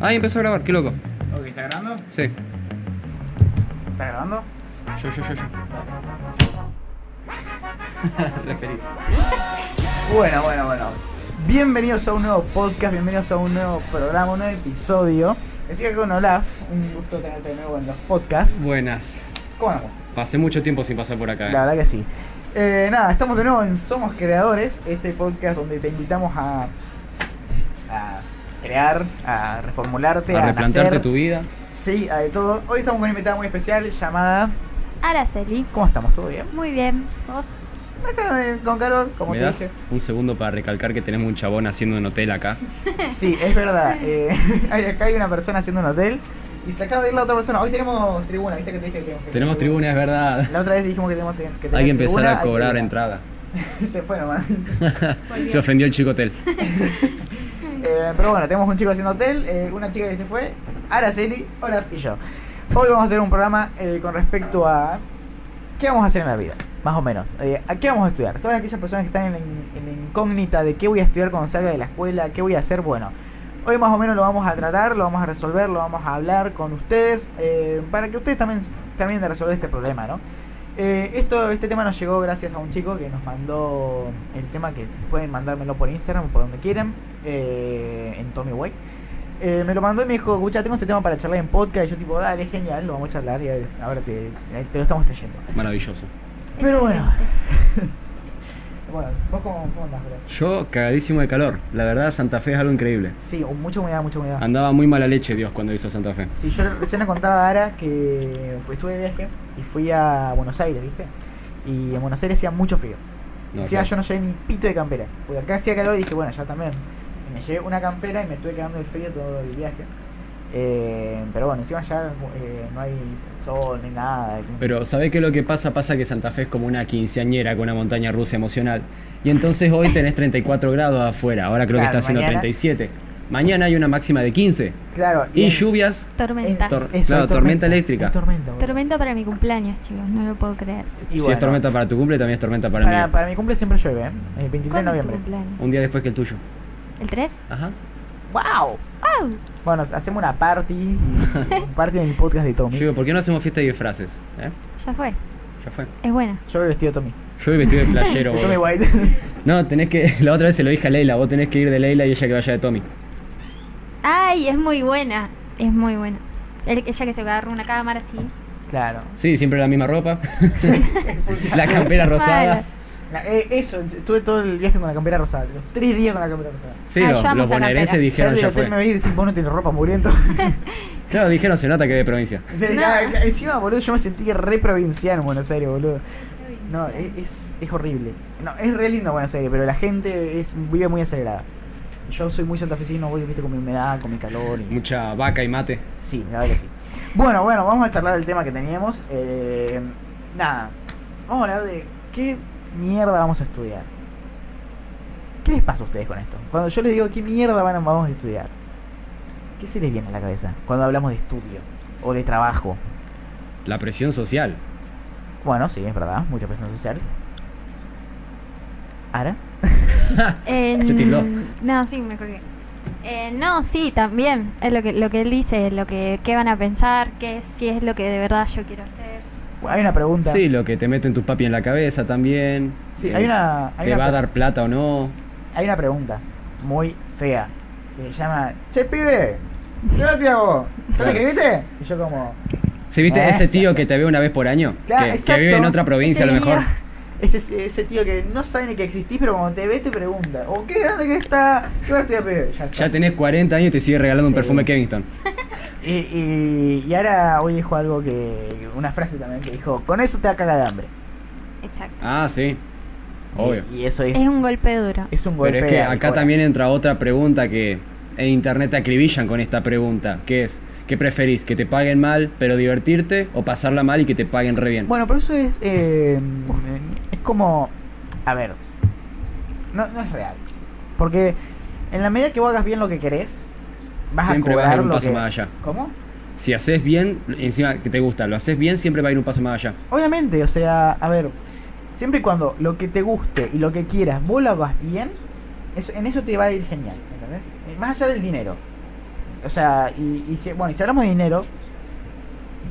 Ay, empezó a grabar, qué loco. Ok, ¿está grabando? Sí, ¿Está grabando? yo, yo, yo, yo. Referí. Bueno, bueno, bueno. Bienvenidos a un nuevo podcast, bienvenidos a un nuevo programa, un nuevo episodio. Estoy acá con Olaf, un gusto tenerte de nuevo en los podcasts. Buenas. ¿Cómo andamos? Pasé mucho tiempo sin pasar por acá. eh. La verdad que sí. Eh, nada, estamos de nuevo en Somos Creadores, este podcast donde te invitamos a, a crear, a reformularte, a, A replantarte nacer. tu vida. Sí, a de todo. Hoy estamos con una invitada muy especial llamada... Araceli. ¿Cómo estamos? ¿Todo bien? Muy bien. ¿Vos? No está, eh, Con calor, como ¿Me te das dije. un segundo para recalcar que tenemos un chabón haciendo un hotel acá? Sí, es verdad. eh, hay- acá hay una persona haciendo un hotel y se acaba de ir la otra persona. Hoy tenemos tribuna, ¿viste que te dije que teníamos que- Tenemos tribuna, es verdad. La otra vez dijimos que tenemos que tener Hay que empezar tribuna, a hay cobrar tribuna. entrada. se fue nomás. Se ofendió el chico hotel. Eh, pero bueno, tenemos un chico haciendo hotel, eh, una chica que se fue, Araceli, Olaf y yo. Hoy vamos a hacer un programa eh, con respecto a qué vamos a hacer en la vida, más o menos. Eh, ¿A qué vamos a estudiar? Todas aquellas personas que están en, la in- en la incógnita de qué voy a estudiar cuando salga de la escuela, qué voy a hacer, bueno. Hoy más o menos lo vamos a tratar, lo vamos a resolver, lo vamos a hablar con ustedes, eh, para que ustedes también terminen de resolver este problema, ¿no? Eh, esto, este tema nos llegó gracias a un chico que nos mandó el tema que pueden mandármelo por Instagram o por donde quieran, eh, en Tommy White. Eh, me lo mandó y me dijo, escucha, tengo este tema para charlar en podcast. Y yo tipo, dale, genial, lo vamos a charlar y ahora te, te lo estamos trayendo. Maravilloso. Pero bueno. Bueno, vos cómo, cómo andás, bro. Yo cagadísimo de calor. La verdad, Santa Fe es algo increíble. Sí, o mucha humedad, mucha humedad. Andaba muy mala leche Dios cuando hizo Santa Fe. Sí, yo recién le contaba a Ara que fui- estuve de viaje y fui a Buenos Aires, ¿viste? Y en Buenos Aires hacía mucho frío. No, Encima claro. yo no llevé ni pito de campera. Porque acá hacía calor y dije, bueno, ya también. Y me llevé una campera y me estuve quedando de frío todo el viaje. Eh, pero bueno, encima ya eh, no hay sol ni nada. Pero ¿sabés qué es lo que pasa? Pasa que Santa Fe es como una quinceañera con una montaña rusa emocional. Y entonces hoy tenés 34 grados afuera, ahora creo Claro, que está haciendo mañana- 37. Mañana hay una máxima de 15. claro, Y en- lluvias. Tormenta. Tor- hay claro, tormenta eléctrica. hay Tormenta, boludo. Tormenta para mi cumpleaños, chicos. No lo puedo creer. Y si es bueno, tormenta para tu cumple, también es tormenta para, para, mí. para mi cumple siempre llueve, ¿eh? El 23 de ¿Cuándo es tu noviembre. cumpleaños? Un día después que el tuyo. ¿El 3? Ajá. ¡Wow! ¡Wow! Bueno, hacemos una party. y- un party en el podcast de Tommy. Yo Yo digo, ¿por qué no hacemos fiesta de disfraces? ¿Eh? Ya fue. Ya fue. Es buena. voy vestido de Tommy. Yo voy vestido de playero. De boludo. Tommy White. No, tenés que. La otra vez se lo dije a Leila. Vos tenés que ir de Leila y ella que vaya de Tommy. ¡Ay! Es muy buena. Es muy buena. El- ella que se agarra una cámara así. claro. Sí, siempre la misma ropa. la campera rosada. Na- eh, eso, estuve todo el viaje con la campera rosada. Los tres días con la campera rosada. Sí, Ah, los, yo amo los esa bonaerenses campera. dijeron ya en ya el hotel me fue. veis y decís, vos no tenés ropa muriendo. Claro, dijeron se nota que es de provincia. O sea, No. ya- ah, Encima, boludo, yo me sentí re provinciano en Buenos Aires, boludo. No, Provincial. es, es, es horrible. No, es re lindo Buenos Aires, pero la gente es, vive muy acelerada. Yo soy muy santafesino, voy viste, con mi humedad, con mi calor. y- Mucha vaca y mate. Sí, la verdad que sí. Bueno, bueno, vamos a charlar del tema que teníamos. Eh, nada, vamos a hablar de qué mierda vamos a estudiar. ¿Qué les pasa a ustedes con esto? Cuando yo les digo qué mierda van a- vamos a estudiar, ¿qué se les viene a la cabeza cuando hablamos de estudio o de trabajo? La presión social. Bueno, sí, es verdad, mucha presión social. ¿Ara? Eh, Se tildó. No, sí, me colgué. Eh, no, sí, también. Es lo que, lo que él dice, lo que qué van a pensar, qué si es lo que de verdad yo quiero hacer. Hay una pregunta. Sí, lo que te meten tus papi en la cabeza también. Sí, Eh, hay una. Hay ¿Te una va a pre- dar plata o no? hay una pregunta muy fea que se llama Che pibe, ¿qué hora te hago? ¿Te Claro. escribiste? Y yo como, Si viste Eh, ese sí, tío sí. que te ve una vez por año, Claro, que- que, exacto. vive en otra provincia a lo Ese mejor. día- es ese, ese tío que no sabe ni que existís, pero cuando te ve te pregunta, ¿o qué grande que está? ¿Qué hora estudiar pibe? Ya está. Ya tenés 40 años y te sigue regalando un Sí. perfume Kevinston. y, y, y ahora hoy dijo algo que, una frase también que dijo, con eso te va a cagar de hambre. Exacto. Ah, sí. Obvio. Y, y eso es, Es un golpe duro. es un golpe. Pero es que al acá corazón. también entra otra pregunta que en internet te acribillan con esta pregunta, que es, ¿qué preferís? ¿Que te paguen mal pero divertirte o pasarla mal y que te paguen re bien? Bueno, pero eso es. eh, es como. A ver. No, no es real. Porque en la medida que vos hagas bien lo que querés, vas siempre a va a cobrar ir un lo paso que- más allá. ¿Cómo? Si haces bien, encima que te gusta, lo haces bien, siempre va a ir un paso más allá. Obviamente, o sea, a ver. Siempre y cuando lo que te guste y lo que quieras vos lo hagas bien, eso- en eso te va a ir genial. ¿entendés? Eh, Más allá del dinero. O sea, y, y si, bueno, y si hablamos de dinero,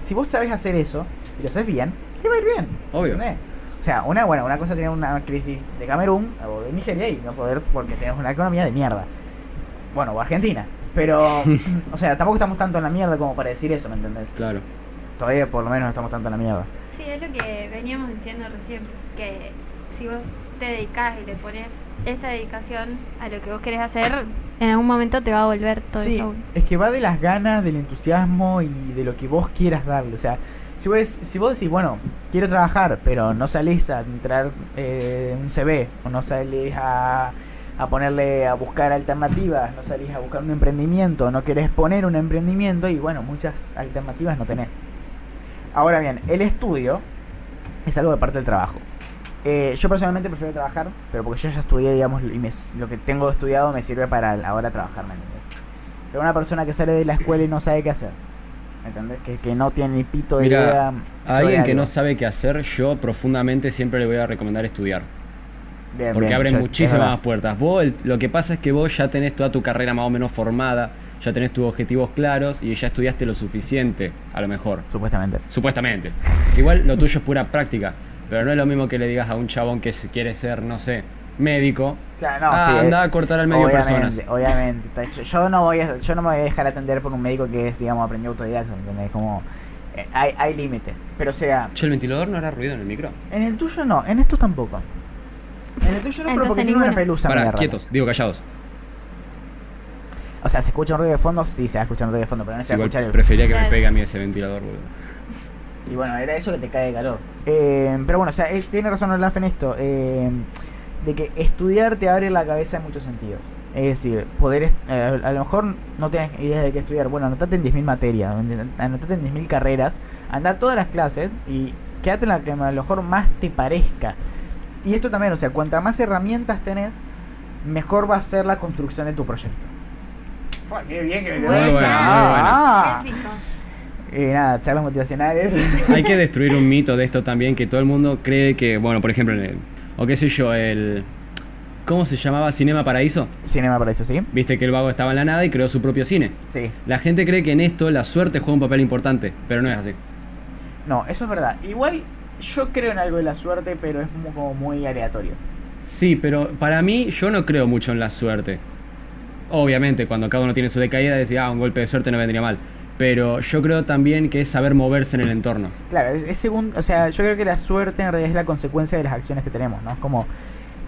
si vos sabes hacer eso y lo haces bien, te va a ir bien. Obvio. ¿entendés? O sea, una, bueno, una cosa es tener una crisis de Camerún o de Nigeria y no poder porque tenemos una economía de mierda. Bueno, o Argentina. Pero, o sea, tampoco estamos tanto en la mierda como para decir eso, ¿me entendés? Claro. Todavía por lo menos no estamos tanto en la mierda. Sí, es lo que veníamos diciendo recién, que si vos te dedicas y le pones esa dedicación a lo que vos querés hacer, en algún momento te va a volver todo sí, eso. es que va de las ganas, del entusiasmo y de lo que vos quieras darle. O sea, si vos, si vos decís, bueno, quiero trabajar, pero no salís a entrar eh, un CV, o no salís a, a ponerle a buscar alternativas, no salís a buscar un emprendimiento, no querés poner un emprendimiento y bueno, muchas alternativas no tenés. Ahora bien, el estudio es algo de parte del trabajo. Eh, yo personalmente prefiero trabajar, pero porque yo ya estudié, digamos, y me s- lo que tengo estudiado me sirve para el- ahora trabajar, ¿me entendés? Pero una persona que sale de la escuela y no sabe qué hacer, ¿me entendés? Que, que no tiene ni pito de Mirá, idea. A sobre alguien que algo. no sabe qué hacer, yo profundamente siempre le voy a recomendar estudiar. Bien, Porque bien, abre yo- es muchísimas verdad. puertas. Vos, el- lo que pasa es que vos ya tenés toda tu carrera más o menos formada, ya tenés tus objetivos claros y ya estudiaste lo suficiente, a lo mejor. Supuestamente. Supuestamente. Igual lo tuyo es pura práctica, pero no es lo mismo que le digas a un chabón que se- quiere ser, no sé, médico. Claro, no, ah, sí, eh, anda a cortar al medio obviamente, personas. Obviamente, Está- yo- Yo no, voy a, yo no me voy a dejar atender por un médico que es, digamos, aprendió autodidacta, ¿me entendés? Como, eh, hay, hay límites. Pero o sea, Che, el ventilador no hará ruido en el micro. en el tuyo no, en estos tampoco. En el tuyo no, pero Entonces porque tiene una ninguno. pelusa. Pará, media rara. quietos, digo callados. O sea, ¿se escucha un ruido de fondo? Sí, se va a escuchar un ruido de fondo, pero no se va a Igual escuchar el... prefería que me Claro. pegue a mí ese ventilador, boludo. Y bueno, era eso que te cae de calor. Eh, pero bueno, o sea, él tiene razón Olaf en esto, eh, de que estudiar te abre la cabeza en muchos sentidos. Es decir, poder est- eh, a lo mejor no tienes idea de qué estudiar. Bueno, anotate en 10.000 materias, anotate en 10.000 carreras, anda a todas las clases y quédate en la que a lo mejor más te parezca. Y esto también, o sea, cuanta más herramientas tenés, mejor va a ser la construcción de tu proyecto. ¡Qué bien que me quedó Muy esa. bueno, muy bueno. Qué fijo. eh, nada, charlas motivacionales. Hay que destruir un mito de esto también, que todo el mundo cree que, bueno, por ejemplo, en el- o qué sé yo, el... ¿Cómo se llamaba? Cinema Paraíso. Cinema Paraíso, ¿sí? Viste que el vago estaba en la nada y creó su propio cine. Sí. La gente cree que en esto la suerte juega un papel importante, pero no es así. No, eso es verdad. Igual yo creo en algo de la suerte, pero es mu- como muy aleatorio. Sí, pero para mí yo no creo mucho en la suerte. Obviamente, cuando cada uno tiene su decaída, decir, ah, un golpe de suerte no vendría mal. Pero yo creo también que es saber moverse en el entorno. Claro, es, es según, o sea, yo creo que la suerte en realidad es la consecuencia de las acciones que tenemos, ¿no? Es como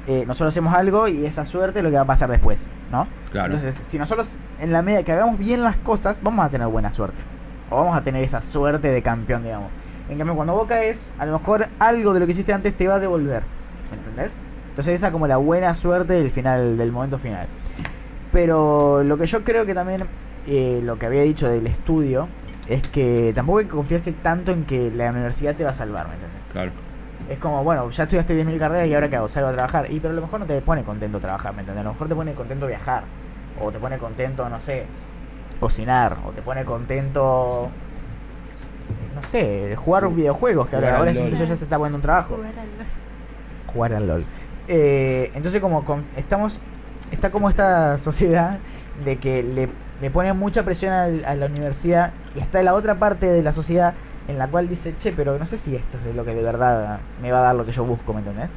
eh, nosotros hacemos algo y esa suerte es lo que va a pasar después, ¿no? Claro. Entonces, si nosotros en la medida que hagamos bien las cosas, vamos a tener buena suerte. O vamos a tener esa suerte de campeón, digamos. En cambio, cuando vos caes, a lo mejor algo de lo que hiciste antes te va a devolver. ¿Me entendés? Entonces esa es como la buena suerte del final, del momento final. Pero lo que yo creo que también, eh, lo que había dicho del estudio, es que tampoco hay que confiarse tanto en que la universidad te va a salvar, ¿me entendés? claro. Es como, bueno, ya estudiaste 10.000 carreras y ahora qué hago, salgo a trabajar. Y pero a lo mejor no te pone contento trabajar, ¿me entiendes? A lo mejor te pone contento viajar. O te pone contento, no sé, cocinar. O te pone contento, no sé, jugar videojuegos. Que Jugar ahora, al ahora LOL. incluso ya se está poniendo un trabajo. Jugar al LOL. Jugar al LOL. Eh, entonces como con- estamos, está como esta sociedad de que le, le pone mucha presión al- a la universidad. Y está la otra parte de la sociedad en la cual dice, che, pero no sé si esto es lo que de verdad me va a dar lo que yo busco, ¿me entendés?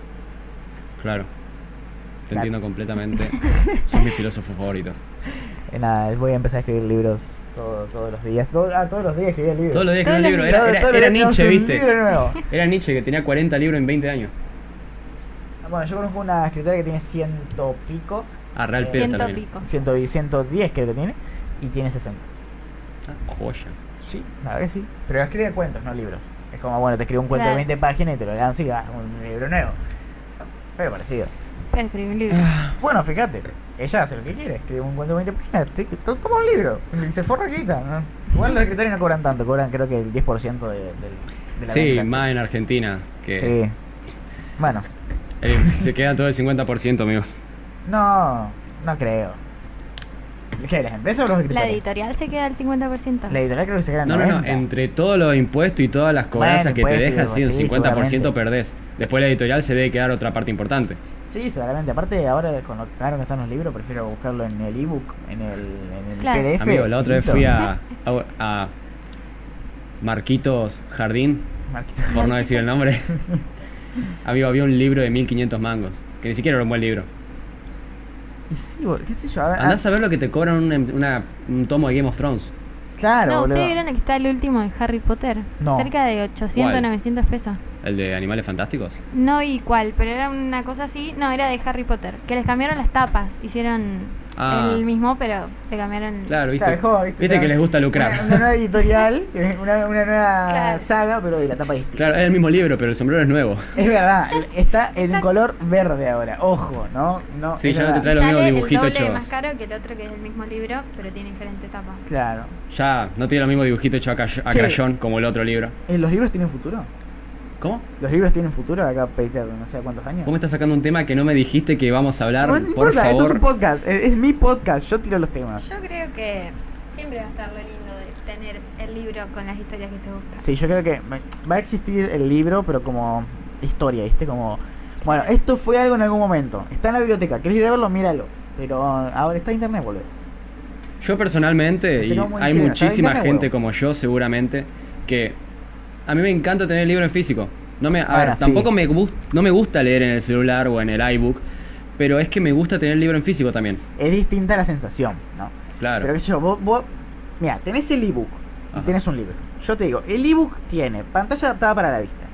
Claro. Te Claro. entiendo completamente. Sos mi filósofo favorito. Eh, nada, voy a empezar a escribir libros todo- todos los días. Todo- ah, todos los días escribía libros. Todos los días que Todos un los libro. días. Era, era- Todos los era días Nietzsche, tenemos un ¿viste? libro nuevo. Era Nietzsche que tenía 40 libros en 20 años. Bueno, yo conozco una escritora que tiene ciento pico, Ah, Real Eh, Pibe Ciento también. pico. ciento, y ciento diez creo que tiene, y tiene 60. Ah, joya. Sí, la verdad que sí. Pero escribe cuentos, no libros. Es como, bueno, te escribo un cuento Claro. de 20 páginas y te lo lanzo y ah, un libro nuevo. Pero parecido. Pero escribí un libro. Bueno, fíjate, ella hace lo que quiere, escribe un cuento de 20 páginas, te- to- como un libro, y se forra grita. ¿no? Igual los escritores no cobran tanto, cobran creo que el 10% de, del- de la Sí, venta. más en Argentina. Que Sí. Bueno, eh, se queda todo el 50%, amigo. no, no creo. ¿Qué, las empresas o los La escritores? editorial se queda al 50%. La editorial creo que se queda en No, no, no, 90. entre todos los impuestos y todas las cobranzas que Bueno, te impuestos y dejan, demás, sí, un sí, 50% seguramente. perdés. Después la editorial se debe quedar otra parte importante. Sí, seguramente. Aparte, ahora con lo caro que están los libros, prefiero buscarlo en el ebook, en el, en el Claro. PDF. Amigo, la otra vez fui listo. a, a, a Marquitos Jardín, Marquito. por no decir el nombre. Amigo, había un libro de 1500 mangos, que ni siquiera era un buen libro. Y sí, boludo, qué sé yo. A ver, Andás a ver lo que te cobran un, em- una- un tomo de Game of Thrones. ah, claro, no, boludo. ustedes vieron que está el último de Harry Potter. No. Cerca de 800, ¿Cuál? 900 pesos. ¿El de Animales Fantásticos? No y cuál, pero era una cosa así. No, era de Harry Potter. Que les cambiaron las tapas. Hicieron Ah. el mismo, pero le cambiaron. Claro, Claro, viste. es joven, ¿viste? Viste que les gusta Una, lucrar. una nueva editorial, una, una nueva Claro. saga, pero de la tapa distinta. Claro, es el mismo libro, pero el sombrero es nuevo. Es verdad, está en Exacto. color verde ahora. Ojo, ¿no? no Sí, es ya no te verdad. Y trae lo mismo sale el dibujito doble hecho. de más caro que el otro que es el mismo libro, pero tiene diferente tapa. Claro. Ya, no tiene lo mismo dibujito hecho a, cray- a Sí. crayón como el otro libro. Eh, ¿Los libros tienen futuro? ¿Cómo? ¿Los libros tienen futuro de acá, Peter? No sé cuántos años. Vos me estás sacando un tema que no me dijiste que vamos a hablar. No, no por importa, esto es un favor. podcast. Es, es mi podcast, yo tiro los Ah. temas. Yo creo que siempre va a estar lo lindo de tener el libro con las historias que te gustan. Sí, yo creo que va va a existir el libro, pero como historia, ¿viste? Como. Bueno, esto fue algo en algún momento. Está en la biblioteca. ¿Querés ir a verlo? Míralo. Pero ahora está en internet, boludo. Yo personalmente, Se y lo muy hay chino, muchísima ¿sabes? gente Huevo. como yo seguramente, que a mí me encanta tener el libro en físico. No me, a Ahora ver, sí. tampoco me, gus- no me gusta leer en el celular o en el iBook, pero es que me gusta tener el libro en físico también. Es distinta la sensación, ¿no? Pero Claro. qué sé yo, vos. vos mira, tenés el ebook y Ajá. tenés un libro. Yo te digo, el ebook tiene pantalla adaptada para la vista.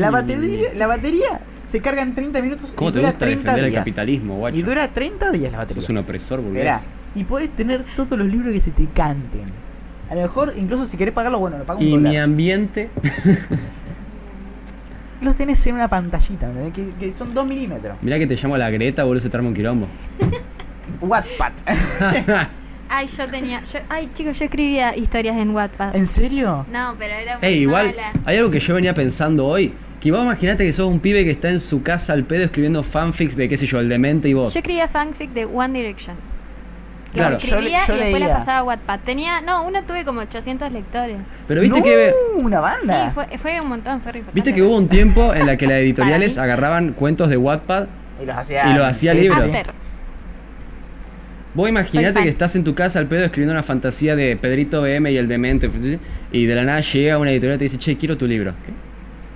La batería, la batería se carga en 30 minutos ¿Cómo y te dura gusta 30 defender el días. capitalismo, y guacho? dura 30 días la batería. Sos un opresor burgués. Verá, y podés tener todos los libros que se te canten. A lo mejor, incluso si querés pagarlo, bueno, lo pago Y un mi dólar. ambiente. Los tenés en una pantallita, ¿entendés? que, que son 2 milímetros. Mirá que te llamo a la Greta, boludo, se te arma un quilombo. Wattpad. Ay, yo tenía. yo- ay, chicos, yo escribía historias en Wattpad. ¿En serio? No, pero era muy Ey, igual, mala. hay algo que yo venía pensando hoy. Que vos imaginate que sos un pibe que está en su casa al pedo escribiendo fanfics de qué sé yo, el demente y vos. Yo escribía fanfic de One Direction. Que Claro. la escribía Yo le- yo y después leía. la pasaba a Wattpad. Tenía, no, una tuve como 800 lectores. Pero viste No, que una banda. Sí, fue, fue un montón, fue re importante. viste que hubo un tiempo en la que las editoriales mí. agarraban cuentos de Wattpad. Y los hacía, Y los hacía libros. After. Vos imaginate fan. que estás en tu casa al pedo escribiendo una fantasía de Pedrito BM y el demente. Y de la nada llega una editorial y te dice, che, quiero tu libro. ¿Qué?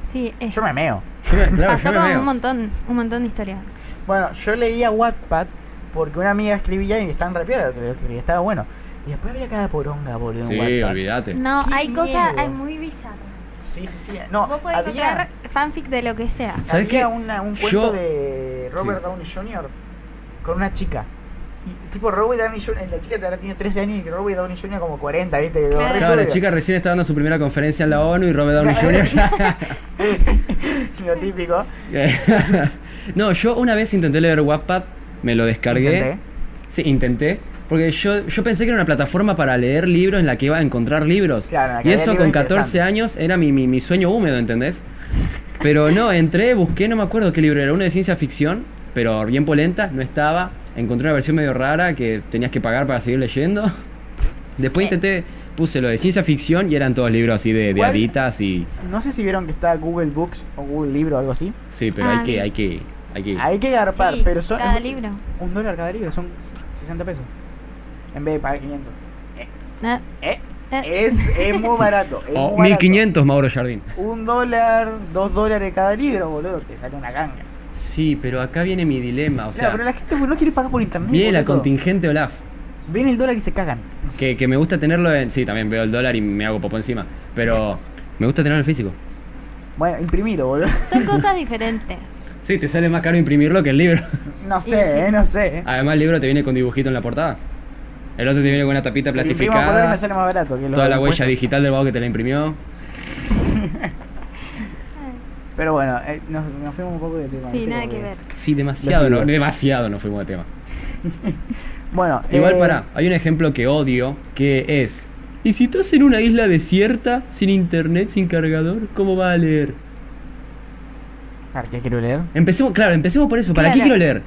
Sí, eh, Yo me meo. Claro, yo pasó me con veo. un montón, un montón de historias. Bueno, yo leía Wattpad porque una amiga escribía y estaba en repiera lo que lo escribía, estaba bueno. Y después había cada poronga, boludo, en Sí, Wattpad. olvídate. No, Qué hay cosas miedo. hay muy bizarras. Sí, sí, sí. No, Vos podés había, encontrar fanfic de lo que sea. ¿Sabés había qué? una- un Yo- cuento de Robert Sí. Downey Jr. con una chica. Y, tipo, Robert Downey Jr., la chica ahora tiene 13 años y Robert Downey Jr. como 40, ¿viste? Como Claro. re Claro, la turbio. chica recién está dando su primera conferencia en la ONU y Robert Downey Claro. Jr. Lo típico. no, yo una vez intenté leer Wattpad, me lo descargué. Intenté. Sí, intenté. Porque yo, yo pensé que era una plataforma para leer libros en la que iba a encontrar libros. Claro, en la que y había eso libros con 14 interesantes. años era mi, mi, mi sueño húmedo, ¿entendés? Pero no, entré, busqué, no me acuerdo qué libro era, uno de ciencia ficción, pero bien polenta, no estaba. Encontré una versión medio rara que tenías que pagar para seguir leyendo. Eh. Después Sí. intenté, puse lo de ciencia ficción y eran todos libros así de, de ¿Cuál? haditas y... No sé si vieron que está Google Books o Google Libro o algo así. Sí, pero Ah, hay que... bien. Hay que, hay que Hay que garpar, Sí, pero son. cada libro. Un dólar cada libro, son 60 pesos. En vez de pagar 500. Eh, Eh, eh. Es, es muy barato. Es O muy barato. 1500, Oh, Mauro Jardín. Un dólar, dos dólares cada libro, boludo. Te sale una ganga. Sí, pero acá viene mi dilema, o Claro, sea, pero la gente pues, no quiere pagar por internet. viene la boludo. contingente Olaf. Ven el dólar y se cagan. Que, que me gusta tenerlo en. Sí, también veo el dólar y me hago popo encima. Pero me gusta tenerlo en físico. Bueno, imprimilo, boludo. Son cosas diferentes. Sí, te sale más caro imprimirlo que el libro. No Sí, sé, sí. eh, no sé. eh. Además, el libro te viene con dibujito en la portada. El otro te viene con una tapita Lo imprimo a color y me plastificada. sale más barato que lo Toda la que huella cuesta. digital del vago que te la imprimió. Pero bueno, eh, nos, nos fuimos un poco de tema. Sí, ¿viste? nada Como que ver. Sí, demasiado, Los no, libros. demasiado no fuimos de tema. Bueno, Igual, eh, pará, hay un ejemplo que odio que es. ¿Y si estás en una isla desierta, sin internet, sin cargador, cómo vas a leer? a ver, ¿Qué quiero leer? Empecemos, claro, empecemos por eso. ¿Para qué Claro. quiero leer?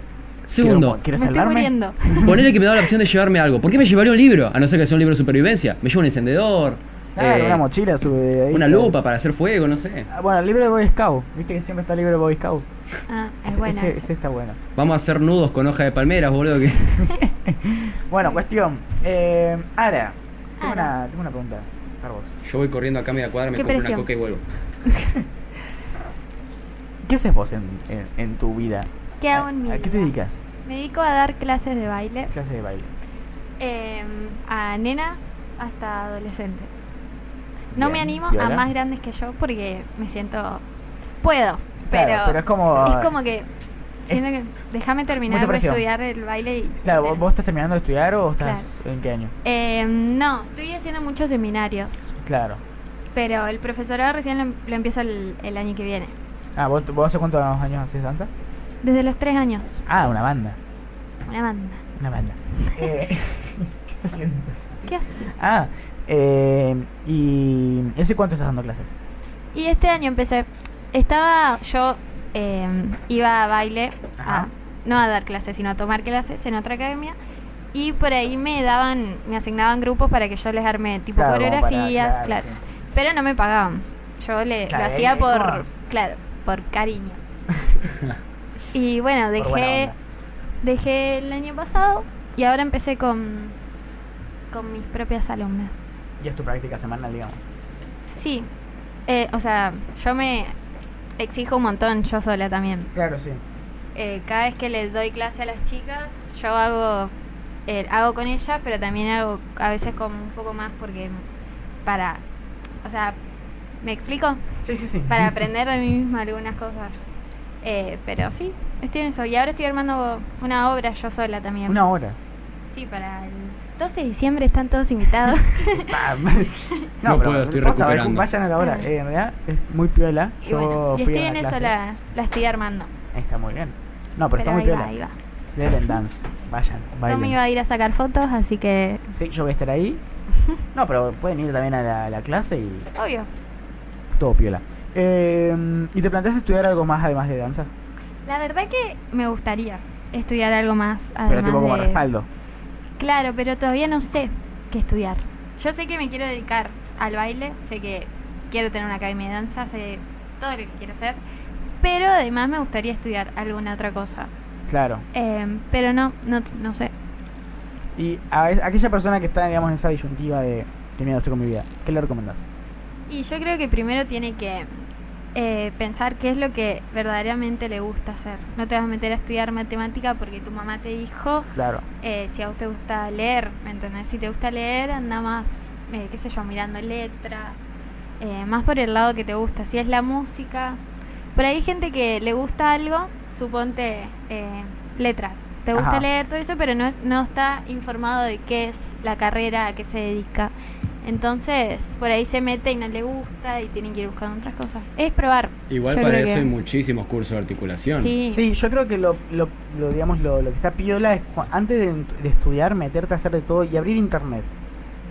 Segundo, Quiero, quiero me estoy salvarme. muriendo. ponele que me da la opción de llevarme algo. ¿Por qué me llevaría un libro? A no ser que sea un libro de supervivencia. Me llevo un encendedor, Claro, eh, una mochila sube ahí. una sale. lupa para hacer fuego, no sé. Ah, Bueno, libre de Boy Scout. Viste que siempre está libre de Boy Scout. Ah, es Ese- buena. ese, esa. ese está bueno. Vamos a hacer nudos con hoja de palmeras, boludo. Que... Bueno, cuestión. Eh, Ara, tengo, Ara. Una, tengo una pregunta para vos. Yo voy corriendo acá a media cuadra, me ¿Qué compro precio? una coca y vuelvo. ¿Qué haces vos en, en, en tu vida? ¿Qué hago en mi Ah, ¿A, a qué te vida? dedicas? Me dedico a dar clases de baile Clase de baile. eh, a nenas hasta adolescentes. No me Bien, animo a piola. más grandes que yo porque me siento... Puedo, Claro, pero, es como. Es como que. Siento que. Déjame terminar Mucha de presión. estudiar el baile y. Claro, ¿vos, vos estás terminando de estudiar o estás en qué año? Eh, no, estoy haciendo muchos seminarios. Claro. Pero el profesorado recién lo, em- lo empiezo el, el año que viene. Ah, ¿vos, vos hace cuántos años haces danza? Desde los tres años. Ah, una banda. Una banda. Una banda. Eh, ¿Qué estás haciendo? ¿Qué hace? Ah, eh, ¿y ese cuánto estás dando clases? Y este año empecé. Estaba. Yo eh, iba a baile. Ajá. A, no a dar clases, sino a tomar clases en otra academia. Y por ahí me daban. Me asignaban grupos para que yo les arme tipo Claro, como para- coreografías. claro. sí. Pero no me pagaban. Yo le, Claro, lo hacía es por, como- claro, por cariño. y bueno, Por buena dejé, onda. dejé el año pasado y ahora empecé con, con mis propias alumnas. Y es tu práctica semanal, digamos. Sí, eh, o sea, yo me exijo un montón yo sola también. Claro, sí. Eh, cada vez que les doy clase a las chicas, yo hago, eh, hago con ellas, pero también hago a veces con un poco más porque para, o sea, ¿me explico? Sí, sí, sí. para aprender de mí misma algunas cosas. Eh, pero sí, estoy en eso. Y ahora estoy armando una obra yo sola también. Una hora. Sí, para el 12 de diciembre están todos invitados. Spam. No puedo, estoy posta, recuperando. Vayan a la hora. Eh, en realidad es muy piola. Ah. y Yo bueno, y fui estoy a en una eso, clase. la, la estoy armando. Está muy bien. No, pero, está muy ahí piola. va, ahí va. Let dance. Vayan, Tommy bailen. iba a ir a sacar fotos, así que, Sí, yo voy a estar ahí. No, pero pueden ir también a la, la clase y obvio. todo piola. Eh, ¿Y te planteas estudiar algo más además de danza? La verdad que me gustaría estudiar algo más. pero Además tipo como de- respaldo. Claro, pero todavía no sé qué estudiar. Yo sé que me quiero dedicar al baile, sé que quiero tener una academia de danza, sé todo lo que quiero hacer, pero además me gustaría estudiar alguna otra cosa. Claro. Eh, pero no, no, no sé. Y a es- aquella persona que está, digamos, en esa disyuntiva de qué miedo hacer con mi vida, ¿qué le recomendás? Y yo creo que primero tiene que eh, pensar qué es lo que verdaderamente le gusta hacer. No te vas a meter a estudiar matemática porque tu mamá te dijo, Claro. eh, si a vos te gusta leer, ¿me entendés? Si te gusta leer, anda más, eh, qué sé yo, mirando letras, eh, más por el lado que te gusta. Si es la música, por ahí hay gente que le gusta algo, suponte eh, letras. Te gusta Ajá. leer todo eso, pero no, no está informado de qué es la carrera, a qué se dedica. Entonces, por ahí se mete y no le gusta y tienen que ir buscando otras cosas. Es probar. Igual Yo para creo eso que- hay muchísimos cursos de articulación. Sí, Sí, yo creo que lo, lo, lo, digamos, lo, lo que está piola es cu- antes de, de estudiar, meterte a hacer de todo y abrir internet.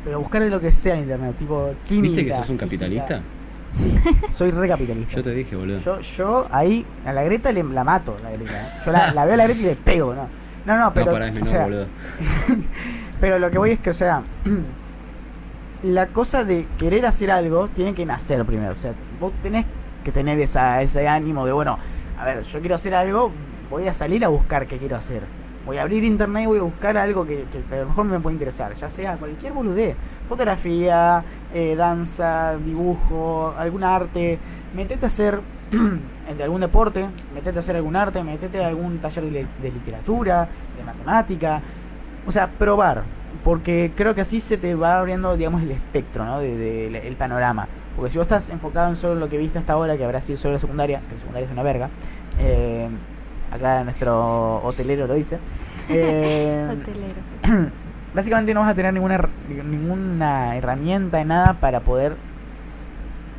Pero buscar de lo que sea en internet, tipo química. ¿Viste que sos un física. capitalista? Sí, soy re capitalista. Yo te dije, boludo. Yo, yo ahí a la Greta le, la mato, la Greta. Yo la, la veo a la Greta y le pego, ¿no? No, no, pero. no, pará, es o menor, sea, boludo. pero lo que voy es que, o sea, la cosa de querer hacer algo tiene que nacer primero. O sea, vos tenés que tener esa, ese ánimo de, bueno, a ver, yo quiero hacer algo, voy a salir a buscar qué quiero hacer. Voy a abrir internet y voy a buscar algo que, que a lo mejor me puede interesar, ya sea cualquier boludez. Fotografía, eh, danza, dibujo, algún arte. Metete a hacer entre algún deporte, metete a hacer algún arte, metete a algún taller de, li- de literatura, de matemática. O sea, probar. Porque creo que así se te va abriendo, digamos, el espectro, ¿no? De, de- el- el panorama. Porque si vos estás enfocado en solo lo que viste hasta ahora, que habrá sido solo la secundaria, que la secundaria es una verga, eh, acá nuestro hotelero lo dice, eh, hotelero. básicamente no vas a tener ninguna, her- ninguna herramienta, nada para poder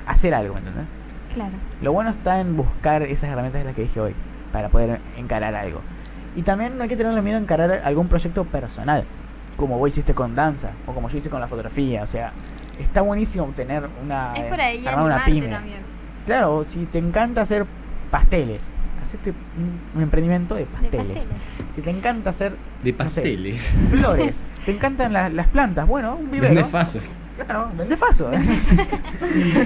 hacer algo, ¿me ¿entendés? Claro. Lo bueno está en buscar esas herramientas de las que dije hoy para poder encarar algo. Y también no hay que tenerle miedo a encarar algún proyecto personal, como vos hiciste con danza o como yo hice con la fotografía. O sea, está buenísimo tener una. es por ahí armar una animarte pyme. también. Claro, si te encanta hacer pasteles, hacete un, un emprendimiento de de pasteles. pasteles. Si te encanta hacer De No sé. pasteles. flores, te encantan la- las plantas, bueno, un vivero. Vende faso. Claro, vende faso.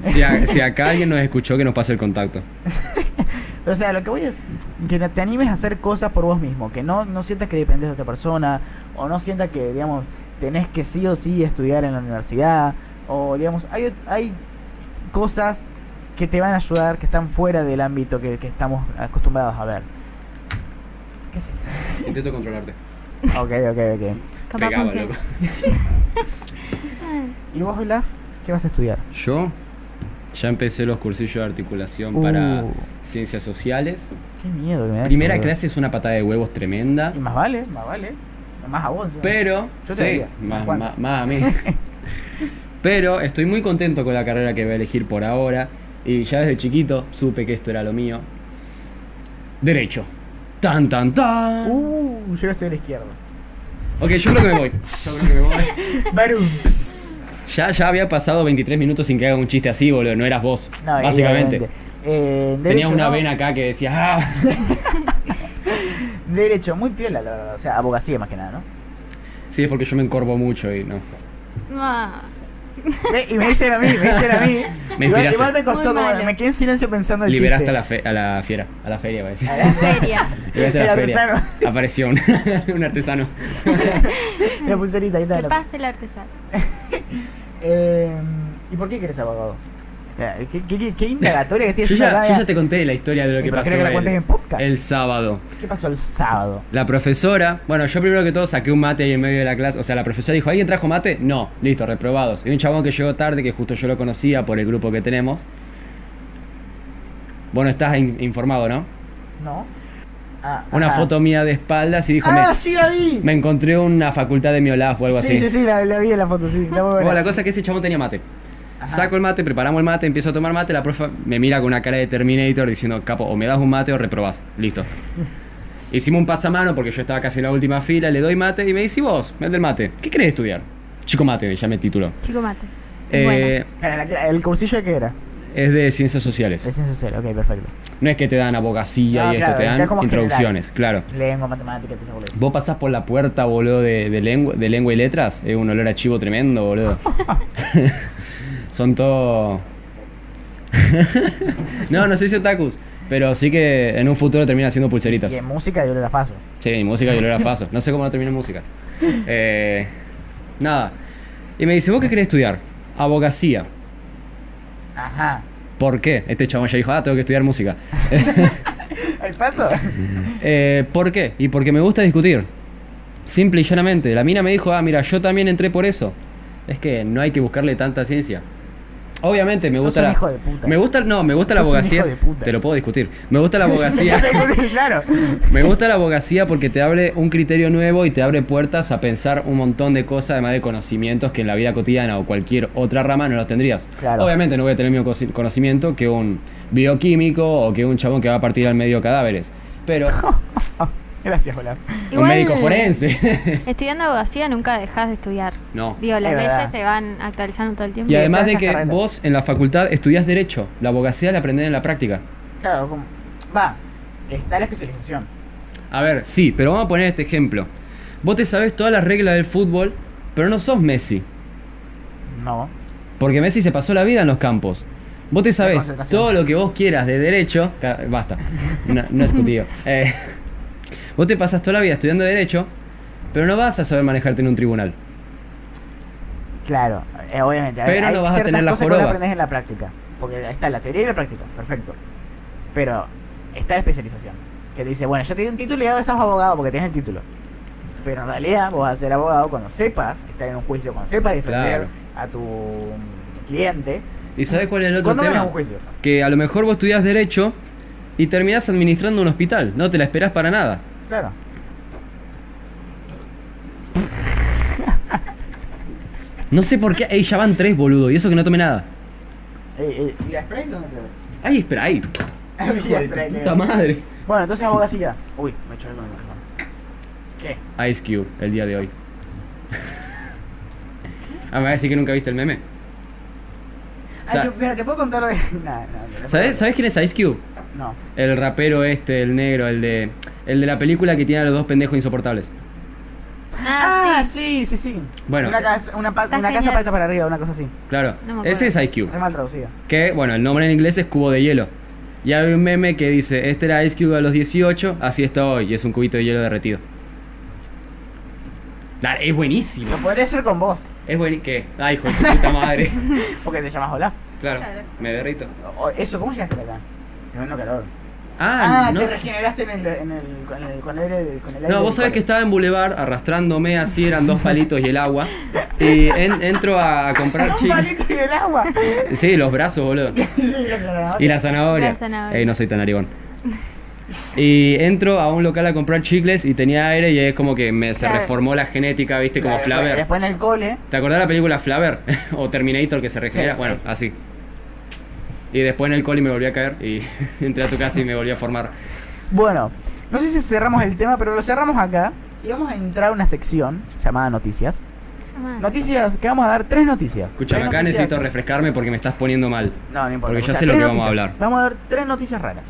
Si, a- si acá alguien nos escuchó, que nos pase el contacto. o sea, lo que voy es que te animes a hacer cosas por vos mismo, que no, no sientas que dependes de otra persona, o no sientas que, digamos, tenés que sí o sí estudiar en la universidad, o digamos, hay, ot- hay cosas que te van a ayudar, que están fuera del ámbito que, que estamos acostumbrados a ver. ¿Qué es eso? Intento controlarte. Ok, ok, ok. Capaz Pegaba, funciona. loco. ¿Y vos, Olaf, qué vas a estudiar? Yo ya empecé los cursillos de articulación para Uh, ciencias sociales. qué miedo que me da Primera eso, boludo. clase es una patada de huevos tremenda. Y más vale, más vale. Más a vos. encima. Pero, Yo te sí, diría, más, Juan. más- más a mí. Pero estoy muy contento con la carrera que voy a elegir por ahora. Y ya desde chiquito supe que esto era lo mío. Derecho. Tan, tan, tan. Uh, yo estoy a la izquierda. Ok, yo creo que me voy. Yo creo que me voy. Barum. Ya, ya había pasado 23 minutos sin que haga un chiste así, boludo. No eras vos. No, básicamente. evidentemente. Eh, Tenías derecho, una no. vena acá que decías, ah. Derecho, muy piola, la verdad. O sea, abogacía más que nada, ¿no? Sí, es porque yo me encorvo mucho y no. Ah, Ve, Y me dicen a mí, me dicen a mí. Me igual, inspiraste. igual me costó, como- Muy malo. me quedé en silencio pensando el Liberaste a chiste. la, fe- a la fiera, a la feria, va a decir. en feria. Liberaste a la El feria. artesano. Apareció un, un artesano. La pulserita ahí está. Que la- pase el artesano. Eh, ¿Y por qué querés abogado? Eh, ¿Qué, qué, qué, qué indagatoria que Yo estoy haciendo ya, acá, yo ya. ya te conté la historia de lo que Pero pasó creo que la el- cuentes en podcast. el sábado. ¿Qué pasó el sábado? La profesora, bueno, yo primero que todo saqué un mate ahí en medio de la clase. O sea, la profesora dijo, ¿alguien trajo mate? No, listo, reprobados. Y un chabón que llegó tarde, que justo yo lo conocía por el grupo que tenemos. Bueno, estás in- informado, ¿no? ¿No? Ah, Una ajá. foto mía de espaldas y dijo, ¡Ah, me, sí la vi! me encontré una facultad de mi Olaf o algo sí, así. sí, sí, la, la vi en la foto, sí. La voy a ver. Bueno, la cosa es que ese chabón tenía mate. Ajá. Saco el mate, preparamos el mate, empiezo a tomar mate, la profe me mira con una cara de Terminator diciendo, capo, o me das un mate o reprobás. Listo. Hicimos un pasamano porque yo estaba casi en la última fila, le doy mate y me dice, "¿Y vos, el del mate, ¿qué querés estudiar? Chico mate, ya me tituló. Chico mate. Eh, Espera, la cla- ¿El cursillo que era? es de ciencias sociales. Es ciencia social, ok, perfecto. No es que te dan abogacía No, y claro, esto, te acá dan como general. introducciones, claro. Lengua, matemática, todo eso. Vos pasás por la puerta, boludo, de, de lengua, de lengua y letras. Es un olor a chivo tremendo, boludo. Son todo. no, no sé si otakus. Pero sí que en un futuro termina haciendo pulseritas. Y en música yo la faso. Sí, y música y olor a faso. No sé cómo no termina en música. Eh, nada. Y me dice, ¿vos qué querés estudiar? Abogacía. Ajá. ¿Por qué? Este chabón ya dijo, ah, tengo que estudiar música. ¿El faso? Eh, ¿Por qué? Y porque me gusta discutir. Simple y llanamente. La mina me dijo, ah, mira, yo también entré por eso. Es que no hay que buscarle tanta ciencia. Obviamente me Sos gusta un la. hijo de puta. Me gusta, no, me gusta la Sos un abogacía. hijo de puta. Te lo puedo discutir. Me gusta la abogacía. claro. me gusta la abogacía porque te abre un criterio nuevo y te abre puertas a pensar un montón de cosas, además de conocimientos que en la vida cotidiana o cualquier otra rama no los tendrías. Claro. Obviamente no voy a tener el mismo cosi- conocimiento que un bioquímico o que un chabón que va a partir al medio cadáveres. Pero Gracias, Olaf. un Igual, médico forense. Estudiando abogacía nunca dejas de estudiar. no. Digo, las Es leyes verdad. se van actualizando todo el tiempo. Y además de esas que carreras. vos en la facultad estudias derecho, la abogacía la aprendés en la práctica. Claro, como- va. Está la especialización. A ver, sí, pero vamos a poner este ejemplo. Vos te sabés todas las reglas del fútbol, pero no sos Messi, No. porque Messi se pasó la vida en los campos. Vos te sabés concentración. todo lo que vos quieras de derecho, ca- basta, no, no es contigo. Eh, vos te pasas toda la vida estudiando derecho, pero no vas a saber manejarte en un tribunal. Claro, eh, obviamente. Pero no vas a ciertas tener la cosas que vos joroba. aprendes en la práctica. Porque ahí está la teoría y la práctica. Perfecto. Pero está la especialización. Que te dice, bueno, yo te di un título y ahora sos abogado porque tienes el título. Pero en realidad vos vas a ser abogado cuando sepas estar en un juicio, cuando sepas Claro. defender a tu mm, cliente. ¿Y sabés cuál es el otro ¿Cuándo tema? ganas un juicio? que a lo mejor vos estudias derecho y terminás administrando un hospital, no te la esperás para nada. Claro. No sé por qué, ey, ya van tres, boludo, y eso que no tomé nada. Eh, eh, ¿Y la spray dónde se Ay, espera, ahí. ve? Puta madre. Bueno, entonces abogacía. Uy, me echó algo en el micrófono. ¿Qué? Ice Cube, el día de hoy. Ah, me vas a decir que nunca viste el meme. Ah, Sa- yo- mira, Ah, te puedo contar hoy. Nah, nah, no, no, ¿Sabés, no. sabés quién es Ice Cube? No. El rapero este, el negro, el de. El de la película que tiene a los dos pendejos insoportables. Ah, Ah, sí. sí, sí, sí. Bueno, una casa, una, pa- Está una casa genial. paleta para arriba, una cosa así. claro. No me acuerdo. Ese es Ice Cube. Re mal traducida. Que, bueno, el nombre en inglés es cubo de hielo. Y hay un meme que dice, este era Ice Cube a los 18, así está hoy, y es un cubito de hielo derretido. Da- es buenísimo. Lo podría hacer con vos, Es buenísimo. ¿Qué? Ay, hijo de tu puta madre. porque te llamas Olaf. Claro, Claro. me derrito. O- o- eso, ¿cómo llegaste para acá? En pleno calor. Ah, Ah, no te sé. regeneraste en el, en el, con, el, con el aire. Con el aire No, vos sabés que del estaba en Boulevard arrastrándome así, eran dos palitos y el agua. Y en- entro a comprar Un chips. palito en el agua. Sí, los brazos, boludo. sí, lo que Y la zanahoria. La zanahoria. Ey, no soy tan arigón. Y entro a un local a comprar chicles y tenía aire y es como que me, se Claro. reformó la genética, viste, como Flaver. Después en el cole. ¿Te acordás de la película Flaver? o Terminator que se regenera. Sí, sí, bueno, sí. así. Y después en el coli me volví a caer y entré a tu casa y me volví a formar. Bueno, no sé si cerramos el tema, pero lo cerramos acá. Y vamos a entrar a una sección llamada Noticias. Llamada. Noticias, que vamos a dar tres noticias. Escuchame, Tres acá noticias- necesito refrescarme porque me estás poniendo mal. No, no importa. porque ya escuchá, sé lo tres que vamos a noticias. hablar. Vamos a dar tres noticias raras.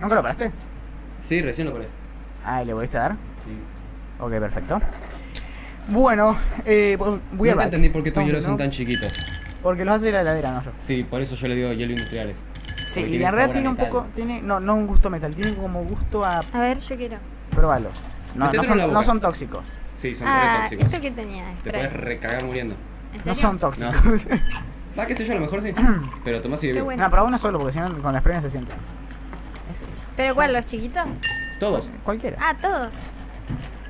¿Nunca lo paraste? Sí, recién lo colé. Ah, ¿le volviste a dar? Sí. Ok, perfecto. Bueno, eh, voy a Nunca entendí por qué tus hielos son tan chiquitos. Porque los hace la heladera, no yo. Sí, por eso yo le digo hielo industriales. Sí, Porque y tiene la verdad sabor a tiene un metal. poco. Tiene, no, no un gusto a metal, tiene como gusto a A ver, yo quiero. probarlo. No, Métetelo no, en la son, boca. no son tóxicos. Sí, son re Ah, tóxicos. esto que tenía. Te este spray. puedes recagar muriendo. ¿En No serio? son tóxicos. Va, qué sé yo, a lo mejor sí. Pero tomás y Qué bebés. bueno. No, pero uno solo, porque si no con las premias se sienten. Es- ¿Pero cuál? ¿Los chiquitos? Todos. Cualquiera. Ah, todos.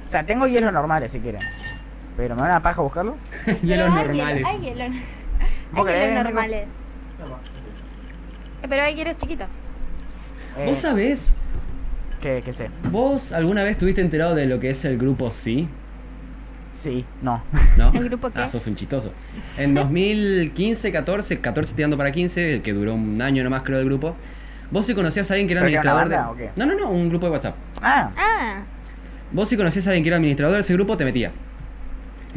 O sea, tengo hielo normales si quieren. Pero me van a paja buscarlo. Pero Hielos hay normales. hielo- Hay hielos ¿Vos hay querés, hielos amigo? normales. Eh, Pero hay hielos chiquitos. Eh, ¿Vos sabés? que, que sé. ¿Vos alguna vez estuviste enterado de lo que es el grupo Sí? Sí, no. ¿No? ¿El grupo qué? Ah, sos un chistoso. En 2015, 14, 14 tirando para 15, que duró un año nomás creo el grupo. ¿Vos si conocías a alguien que era ¿Pero que era una administrador de... banda No, no, no, un grupo de WhatsApp. Ah, Ah, Vos si conocías a alguien que era administrador de ese grupo, te metía.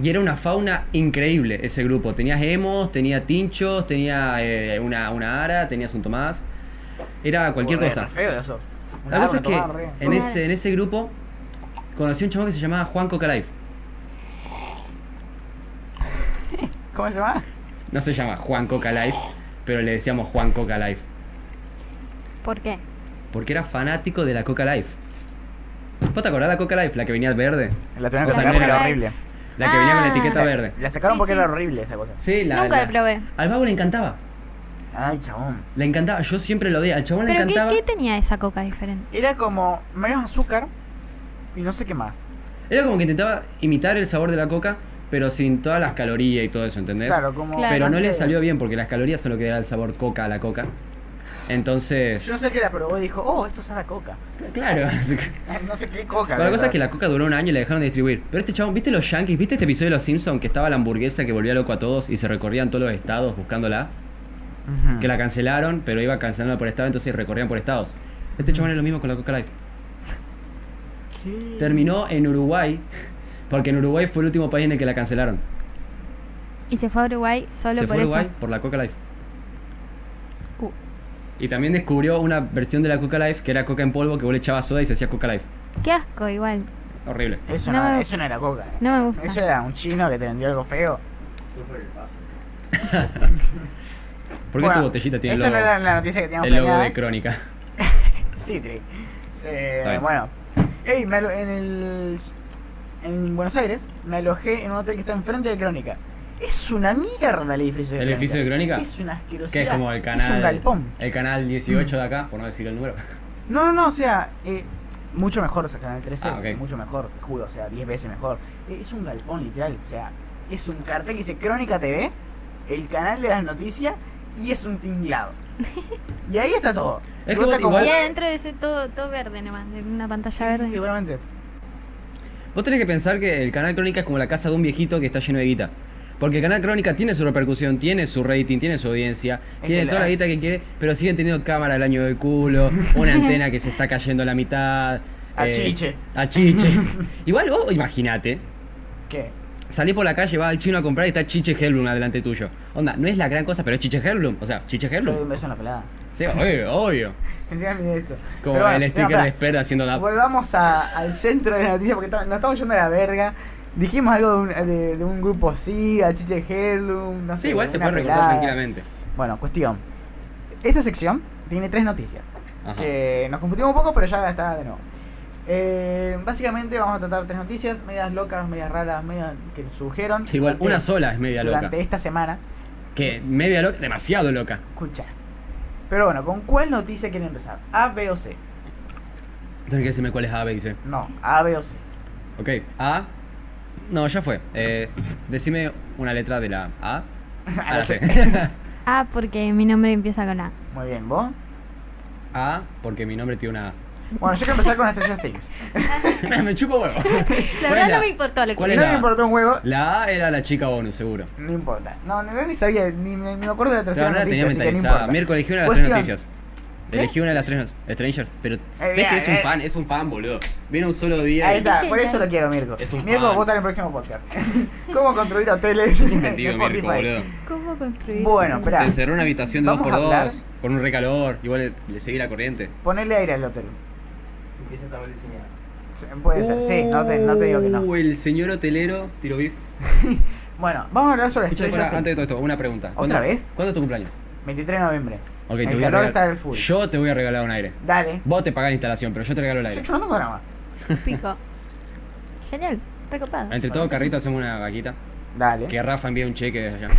Y era una fauna increíble ese grupo. Tenías emos, tenía tinchos, tenía eh, una, una ara, tenías un Tomás. Era cualquier Joder, cosa. re Feo eso. Una La cosa es arma que tomada, re. en ese, en ese grupo conocí a un chabón que se llamaba Juan Cocalife. ¿Cómo se llama? No se llama Juan Cocalife, pero le decíamos Juan Cocalife. ¿por qué? Porque era fanático de la Coca Life. ¿Vos te acordás de la Coca Life? La que venía verde. La tuvieron O que sea, no sacar porque era- era horrible. La que venía con la Ah. etiqueta verde. La sacaron Sí, porque sí. era horrible esa cosa. Sí, la. Nunca la- lo probé. Al vago le encantaba. Ay, chabón. Le encantaba. Yo siempre lo veía. Al chabón le ¿Pero qué, encantaba. qué tenía esa coca diferente? Era como menos azúcar y no sé qué más. Era como que intentaba imitar el sabor de la coca, pero sin todas las calorías y todo eso, ¿entendés? Claro, como. Claro. Pero no más le que- salió bien porque las calorías son lo que da el sabor coca a la coca. Yo no Entonces. sé qué la probó y dijo, oh, esto sabe a coca. Claro. No sé qué Bueno, coca. la cosa ¿verdad? es que la coca duró un año y la dejaron de distribuir. Pero este chabón, ¿viste los Yankees? ¿Viste este episodio de Los Simpsons que estaba la hamburguesa que volvía loco a todos y se recorrían todos los estados buscándola? Ujú. Que la cancelaron, pero iba cancelando por estado, entonces recorrían por estados. Este chabón es lo mismo con la Coca Life. ¿Qué? Terminó en Uruguay, porque en Uruguay fue el último país en el que la cancelaron. Y se fue a Uruguay solo Se por fue a Uruguay eso. por la Coca Life. Uh. Y también descubrió una versión de la Coca Life que era coca en polvo que vos le echabas soda y se hacía Coca Life. Qué asco, igual. Horrible. Eso No no, me- eso no era coca. No me gusta. Eso era un chino que te vendió algo feo. ¿Por qué Bueno, tu botellita tiene el Esto logo, no era la noticia que teníamos el logo planeada. de Crónica? Sí, tri. Eh, Está bien. bueno. Ey, me alo- en el. En Buenos Aires me alojé en un hotel que está enfrente de Crónica. Es una mierda el edificio de ¿El Crónica. edificio de Crónica? Es una asquerosidad. Que es como el canal. Es un galpón. El canal 18 de acá, por no decir el número. No, no, no, o sea, eh, mucho mejor, o sea, Canal 13, Ah, ok. mucho mejor, te juro, o sea, 10 veces mejor. Eh, Es un galpón, literal, o sea, es un cartel que dice Crónica TV, el canal de las noticias, y es un tinglado. y ahí está todo. Es que Y vos igual- te acomodás- Y adentro de ese todo, todo verde nomás, de una Sí, pantalla sí, verde. sí, seguramente. Vos tenés que pensar que el canal Crónica es como la casa de un viejito que está lleno de guita. Porque el canal Crónica tiene su repercusión, tiene su rating, tiene su audiencia, Es tiene que toda la- la guita que quiere, pero siguen teniendo cámara al año del culo, una antena que se está cayendo a la mitad. eh, Achiche. achiche. Igual vos, imagínate, ¿Qué? Salí por la calle, va al chino a comprar y está Chiche Hellblum adelante tuyo. Onda, no es la gran cosa, pero es Chiche Hellblum. O sea, Chiche Yo le doy Hellblum. un beso en la pelada. Sí, obvio, obvio. Encima de esto. Como Pero bueno, el no, sticker pará. de espera haciendo la... Volvamos a- al centro de la noticia porque to- nos estamos yendo a la verga. Dijimos algo de un, de, de un grupo sí, a Chiche Hellum, no sé. Sí, igual se una puede recortar pelada. tranquilamente. Bueno, cuestión. Esta sección tiene tres noticias. Ajá. Que nos confundimos un poco, pero ya está de nuevo. Eh, básicamente vamos a tratar tres noticias, medias locas, medias raras, medias que surgieron. Sí, igual, durante- una sola es media loca. Durante esta semana. Que media loca, demasiado loca. Escucha. Pero bueno, ¿con cuál noticia quieren empezar? ¿A, B o C? Tienes que decirme cuál es A, B y C. No, A, B o C. Ok, A. No, ya fue. Eh, decime una letra de la A a la C. Ah, porque mi nombre empieza con A. Muy bien, ¿vos? A, porque mi nombre tiene una A. Bueno, yo quiero empezar con Stranger Things. me chupo huevo. La ¿Cuál es verdad la- no me importó lo que cuál es no la- me importó un huevo, La A era la chica bonus, seguro. no importa. No, no, ni sabía, ni, me- ni me acuerdo de la La tercera verdad la tenía noticia, así que no mentalizada. importa. Mirko eligió una de las tres Cuestión. noticias. ¿Qué? Elegí una de las tres no- Strangers. Pero ves bien, que es un eh. fan, es un fan, boludo. Viene un solo día. y- Ahí está, Sí, por eso claro. lo quiero, Mirko. Es un Mirko, fan. vota en el próximo podcast. ¿Cómo construir hoteles Es un vendido, en Mirko, Spotify? boludo. ¿Cómo construir? Bueno, un- esperá. Te encerró en una habitación de 2x2, Vamos a hablar. con un recalor. Igual le, le seguí la corriente. Ponerle aire al hotel. Empieza a tablar diseñada. Sí, Puede ser, sí, no te, no te digo que no. Uh, el señor hotelero, tiro beef. Bueno, vamos a hablar sobre Escucha, Stranger pará, antes de Things. todo esto, una pregunta. ¿Otra vez? ¿Cuándo es tu cumpleaños? 23 de noviembre. Ok, El te voy a regalar. calor está del full. Yo te voy a regalar un aire. Dale. Vos te pagás la instalación, pero yo te regalo el Estoy aire. chupando con agua. Pico. Genial, recopado. Entre todo, carrito, hacemos una vaquita. Dale. Que Rafa envíe un cheque desde allá.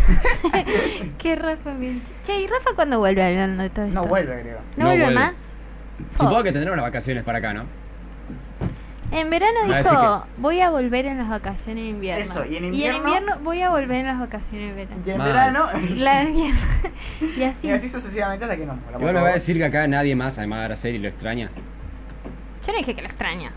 Qué Rafa bien. ch- Che, ¿y Rafa cuándo vuelve hablando de todo esto? No vuelve, creo. ¿No, No vuelve, vuelve. más? Supongo que tendrá unas vacaciones para acá, ¿no? En verano Ah, dijo, así voy a volver en las vacaciones de invierno. Eso, y en invierno invierno voy a volver en las vacaciones de verano. Y en Mal. verano. La de invierno. y así. Y así sucesivamente hasta que no. la Igual me puta va a voz. decir que acá nadie más, además de Araceli, lo extraña. Yo no dije que lo extraña.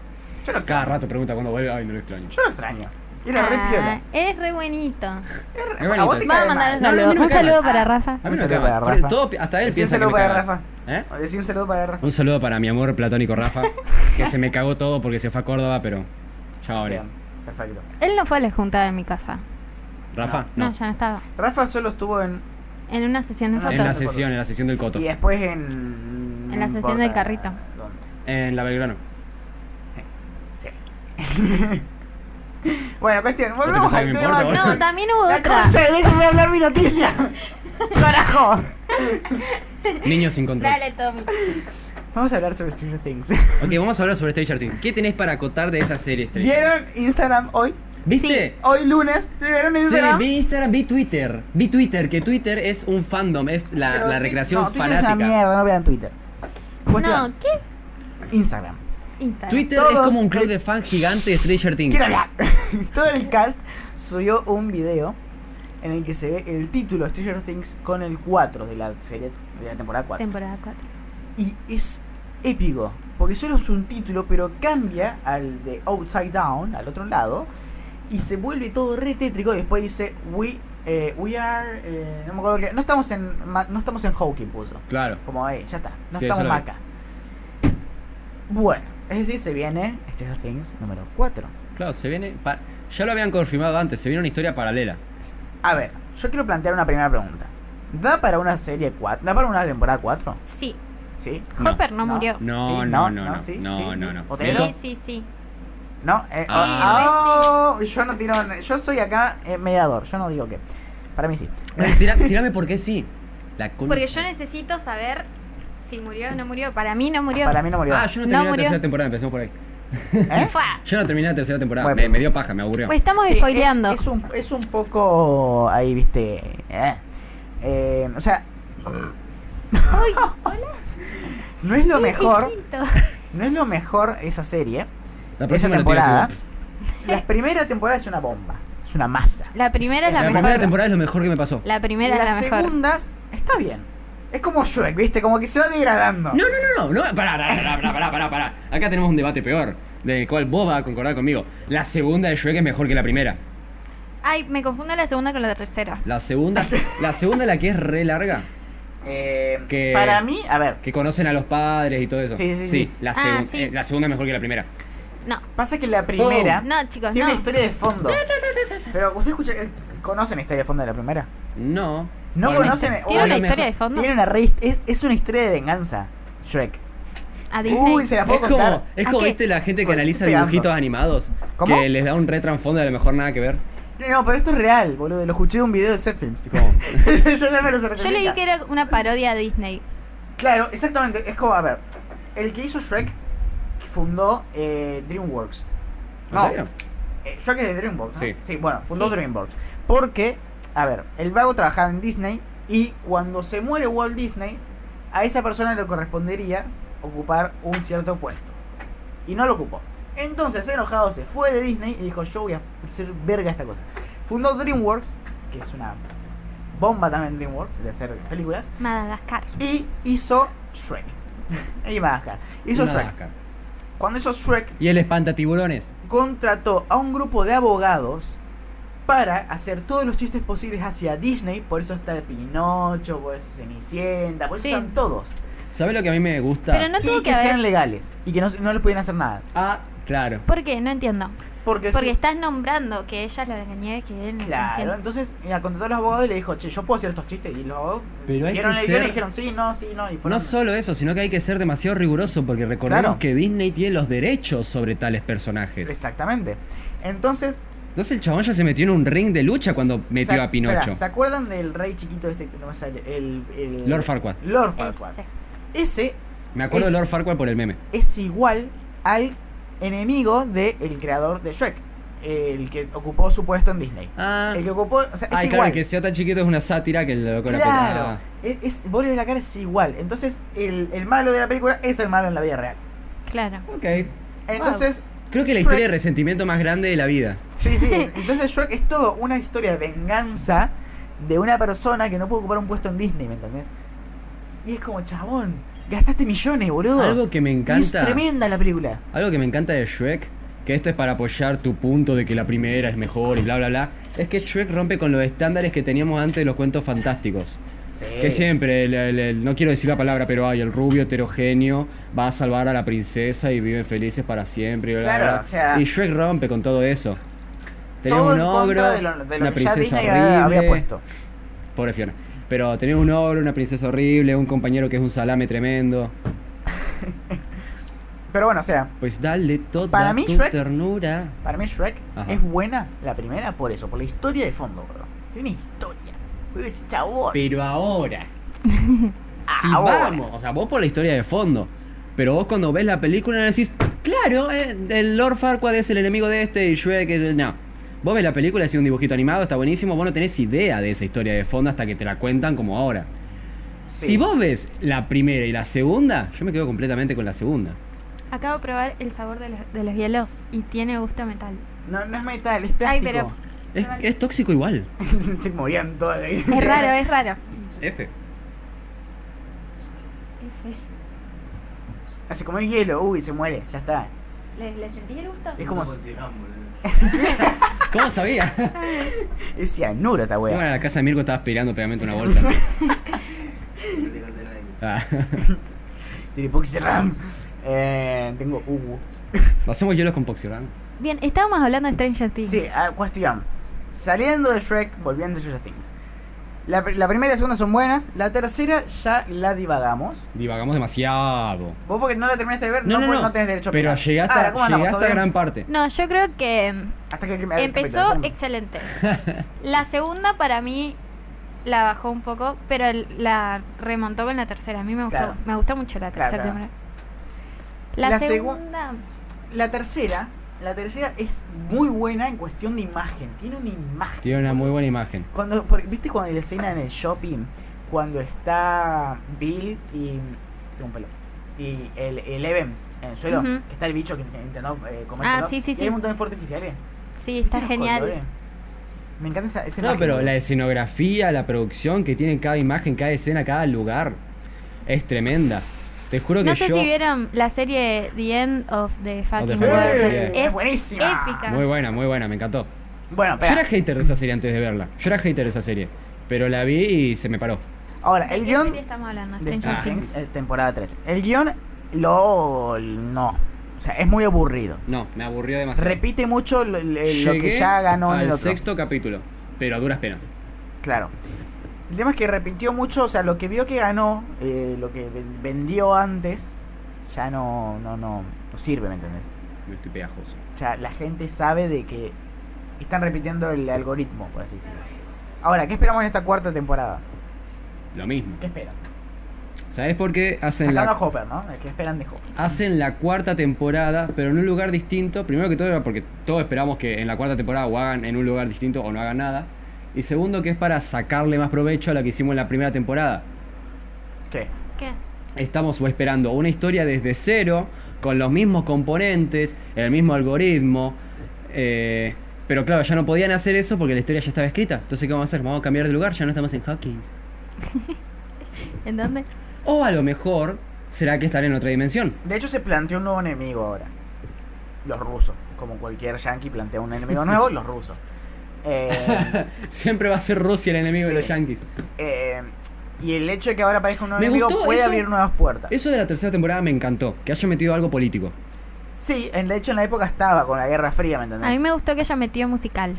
Yo lo, Cada rato pregunta cuándo vuelve, ay, no lo extraño. yo lo extraño. Y era re Ah, piola. es re buenito. Es a bonito. vos te Vamos a cae mandar mal. un No, no, a mí no saludo. ah, me un cae saludo mal. para Rafa. A mí Un me saludo cae para mal. Rafa. Todo pi- hasta él Decí un piensa que saludo me cae para mal. Rafa. ¿Eh? Decí un saludo para Rafa. Un saludo para mi amor platónico Rafa, que se me cagó todo porque se fue a Córdoba, pero. Chao, ahora. Bien, Perfecto. Él no fue a la juntada de mi casa. Rafa, No, no. ya no estaba. Rafa solo estuvo en. En una sesión de En la En la fotos. se- sesión, en la sesión del Coto. Y después en. En no la sesión importa del carrito. dónde. En la Belgrano. Bueno, cuestión, te volvemos pensás al que me tema. importa, No, también hubo la otra. concha, déjame hablar mi noticia. Carajo. Niños sin control. Dale, Tommy. Vamos a hablar sobre Stranger Things. Ok, vamos a hablar sobre Stranger Things. ¿Qué tenés para acotar de esa serie, Stranger? ¿Vieron Instagram hoy? ¿Viste? Hoy lunes. ¿Vieron Sí, Instagram? vi Instagram, vi Twitter. Vi Twitter, que Twitter es un fandom, es la, Pero la Twi- recreación no, Twitter Es una fanática. mierda, no vean Twitter. No, Cuestión, ¿qué? Instagram. Instagram. Twitter es Todos- como un club de fans gigante de Stranger Things. Quiero hablar. Todo el cast subió un video en el que se ve el título Stranger Things con el 4 de la serie de la temporada 4. Temporada 4. Y es épico, porque solo es un título, pero cambia al de Outside Down, al otro lado, y se vuelve todo re tétrico. Y después dice, We, eh, we are. eh, no me acuerdo qué. No estamos en, Ma- no estamos en Hawking, puso. Claro. Como, eh, ya está, no Sí, estamos eso lo vi. acá. Bueno, es decir, se viene Stranger Things número 4. Claro, se viene. pa- ya lo habían confirmado antes, se viene una historia paralela. A ver, yo quiero plantear una primera pregunta. ¿Da para una serie 4? ¿Da para una temporada 4? Sí, ¿Sí? No. Hopper no, No. murió. No, Sí, no, no, no, no. no, sí, no, sí, no, sí. no. ¿O te Sí, Nico, digo? sí, sí. ¿No? Eh, Ah. oh, yo no tiro. Yo soy acá eh, mediador, yo no digo que. Para mí sí. eh, tira- tirame por qué sí. La con- Porque yo necesito saber si murió o no murió. Para mí no murió. Para mí no murió. Ah, yo no No terminé la murió. tercera temporada, empecemos por ahí. ¿Eh? Fua. Yo no terminé la tercera temporada, Bueno. me, me dio paja, me aburrió. Pues estamos Sí, spoileando. Es, es un, es un poco. Ahí, viste. eh. Eh, o sea, Uy, hola. no es lo qué mejor. distinto. No es lo mejor esa serie. la Esa próxima la tiras temporada. ¿eh? igual. La primera temporada es una bomba. Es una masa. La primera es la, La mejor. primera temporada es lo mejor que me pasó. La primera Las es la mejor. segundas está bien. Es como Shrek, viste, como que se va degradando. No, no, no, no, no, pará, pará, pará, pará, pará, pará. Acá tenemos un debate peor, del cual vos vas a concordar conmigo. La segunda de Shrek es mejor que la primera. Ay, me confundo la segunda con la tercera. La segunda, la segunda la que es re larga, Eh, Que- Para mí, a ver, que conocen a los padres y todo eso. Sí, sí, sí. La, Ah, segun- sí. eh, la segunda es mejor que la primera. No, Pasa que la primera no, chicos, tiene no. una historia de fondo. Pero ustedes escuchan, eh, conocen la historia de fondo de la primera. No. No Bueno, conocen. no. Uy, ¿Tiene una Hoy me- historia de fondo? tiene una re- es, es una historia de venganza, Shrek. A Disney. Uy, se la Es puedo como, contar. es ¿A como qué? viste la gente que Bueno, analiza pegando. dibujitos animados. ¿Cómo? Que les da un retransfondo de a lo mejor nada que ver. No, pero esto es real, boludo. Lo escuché de un video de Sefilm. Y como, Yo ya me lo Yo leí que era una parodia a Disney. Claro, exactamente. Es como, a ver, el que hizo Shrek que fundó eh, DreamWorks. ¿En No. serio? Eh, Shrek es de DreamWorks, ¿no? Sí. bueno, fundó Sí. DreamWorks. Porque, a ver, el vago trabajaba en Disney y cuando se muere Walt Disney, a esa persona le correspondería ocupar un cierto puesto. Y no lo ocupó. Entonces, enojado, se fue de Disney y dijo, yo voy a hacer verga esta cosa. Fundó DreamWorks, que es una bomba también DreamWorks, de hacer películas. Madagascar. Y hizo Shrek. Ahí va a bajar. Hizo Nada Shrek. acá. Cuando hizo Shrek, Y el espantatiburones. contrató a un grupo de abogados para hacer todos los chistes posibles hacia Disney. Por eso está Pinocho, por eso Cenicienta, por eso Sí. están todos. ¿Sabes lo que a mí me gusta? Pero no y tuvo que, que haber. sean legales y que no, no le pudieran hacer nada. Ah, claro. ¿Por qué? No entiendo. Porque, Porque sí, estás nombrando que ella es la Blancanieves, que él no se Claro, enciende. entonces mira, contrató a los abogados y le dijo, che, yo puedo hacer estos chistes. Y los abogados Pero hay vieron que el guión y ser- dijeron, sí, no, sí, no. Y fueron- No solo eso, sino que hay que ser demasiado riguroso porque recordemos Claro. que Disney tiene los derechos sobre tales personajes. Exactamente. Entonces, Entonces el chabón ya se metió en un ring de lucha Ah, cuando ¿Se- metió a Pinocho. espera, ¿Se acuerdan del rey chiquito este que no me sale? El, el- Lord Farquaad. Lord Farquaad. Ese. Ese Me acuerdo de Es- Lord Farquaad por el meme. es igual al enemigo del creador de Shrek. El que ocupó su puesto en Disney. Ah, El que ocupó. O sea, es ay, claro, igual. que sea tan chiquito es una sátira que el loco la claro. puta- ah. Es, es- vos le ves la cara es igual. Entonces, el, el malo de la película es el malo en la vida real. Claro. Ok. Entonces, Creo que la Shrek- historia de resentimiento más grande de la vida. Sí, sí. Entonces Shrek es todo una historia de venganza de una persona que no puede ocupar un puesto en Disney, ¿me entendés? Y es como, chabón, gastaste millones, boludo. Algo que me Y es encanta. tremenda la película. Algo que me encanta de Shrek, que esto es para apoyar tu punto de que la primera es mejor y bla bla bla, es que Shrek rompe con los estándares que teníamos antes de los cuentos fantásticos. Sí. Que siempre, el- el- el- no quiero decir la palabra, pero hay el rubio heterogéneo va a salvar a la princesa y viven felices para siempre. y bla, bla, Claro, bla. o sea- y Shrek rompe con todo eso. Tenemos todo un en ogro, contra de lo, de lo una que ya princesa Disney horrible. había puesto. Pobre Fiona. Pero tenemos un ogro, una princesa horrible, un compañero que es un salame tremendo. Pero bueno, o sea, Pues dale toda Para mí, tu Shrek- ternura. para mí Shrek Ajá. es buena la primera por eso, por la historia de fondo, bro. Tiene una historia. Uy, ese chabón. Pero ahora. si Ahora. vamos. O sea, vos por la historia de fondo. Pero vos cuando ves la película no decís, claro, eh, el Lord Farquaad es el enemigo de este y Shrek es el-". No. Vos ves la película, es un dibujito animado, está buenísimo, vos no tenés idea de esa historia de fondo hasta que te la cuentan como ahora. Sí. Si vos ves la primera y la segunda, yo me quedo completamente con la segunda. Acabo de probar el sabor de los, de los hielos y tiene gusto a metal. No, no es metal, es Ay, plástico. pero- Es, es tóxico igual. Se morían todas. Es raro, es raro. F. F. Así como el hielo, uy, se muere, ya está. ¿Le, le sentí el gusto? Es como No consigamos, boludo. ¿Cómo sabía? es cianuro esta Yo wea. a la casa de Mirko estaba aspirando pegamento en una bolsa. No te conté nada de eso. Ah. Tiripuxi Ram. Eh, tengo Hugo. Hacemos hielos con Poxirán. Bien, estábamos hablando de Stranger Things. Sí, ah, cuestión. Saliendo de Shrek, volviendo a Stranger Things. La, pr- la primera y la segunda son buenas. La tercera ya la divagamos. Divagamos demasiado. Vos porque no la terminaste de ver, no, No, no, pues, no. tenés derecho a Pero opinar. llegaste, Ahora, ¿cómo andamos? llegaste a ¿Todo bien? gran parte. No, yo creo que mm, Hasta que, que me empezó excelente. La segunda para mí la bajó un poco, pero el- la remontó con la tercera. A mí me gustó, Claro. me gustó mucho la Claro, tercera claro. temporada. La, La segu- segunda, La tercera, la tercera es muy buena en cuestión de imagen. Tiene una imagen. Tiene una muy buena imagen. Cuando, por- ¿Viste cuando hay la escena en el shopping? Cuando está Bill y. tengo un pelo. Y el, el Even en el suelo, Ujú. que está el bicho que intentó eh, comérselo, Ah, sí, sí, y sí. Hay un montón de fuertes artificiales. sí, ¿Viste está los colores? genial. Me encanta esa, esa No, imagen, pero boludo. la escenografía, la producción que tiene cada imagen, cada escena, cada lugar es tremenda. Te juro que No sé yo. si vieron la serie The End of the Fucking Fucking World. World. Es Es buenísima. épica. Muy buena, muy buena, me encantó. Bueno, Yo era espera. hater de esa serie antes de verla. Yo era hater de esa serie. Pero la vi y se me paró. Ahora, ¿De el qué guión serie estamos hablando? de Ah, eh. Stranger Ah. Stranger Things. Things, eh, temporada 3. El guión, LOL, no. O sea, es muy aburrido. No, me aburrió demasiado. Repite mucho lo, lo- lo que Ah, Llegué ya ganó en al el otro. sexto capítulo, pero a duras penas. Claro. El tema es que repitió mucho, o sea, lo que vio que ganó, eh, lo que ven- vendió antes, ya no, no, no, no sirve, ¿me entendés? No estoy pegajoso. O sea, la gente sabe de que están repitiendo el algoritmo, por así decirlo. Ahora, ¿qué esperamos en esta cuarta temporada? Lo mismo. ¿Qué esperan? ¿Sabes por qué hacen Sacando la, a Hopper, ¿no? ¿Qué esperan de Hopper? hacen la cuarta temporada, pero en un lugar distinto. Primero que todo, era porque todos esperamos que en la cuarta temporada o hagan en un lugar distinto o no hagan nada. Y segundo, que es para sacarle más provecho a la que hicimos en la primera temporada. ¿Qué? ¿Qué? Estamos esperando una historia desde cero, con los mismos componentes, el mismo algoritmo. eh, pero claro, ya no podían hacer eso porque la historia ya estaba escrita. Entonces, ¿qué vamos a hacer? Vamos a cambiar de lugar, ya no estamos en Hawkins. ¿En dónde? O a lo mejor será que estará en otra dimensión. De hecho, se planteó un nuevo enemigo ahora. Los rusos. Como cualquier yankee plantea un enemigo nuevo, los rusos. Eh, Siempre va a ser Rusia el enemigo de Sí. los Yankees. eh, y el hecho de que ahora aparezca un nuevo Me enemigo gustó puede eso. abrir nuevas puertas. Eso de la tercera temporada me encantó, que haya metido algo político. Sí, en, de hecho en la época estaba con la Guerra Fría, ¿me entendés? A mí me gustó que haya metido musical.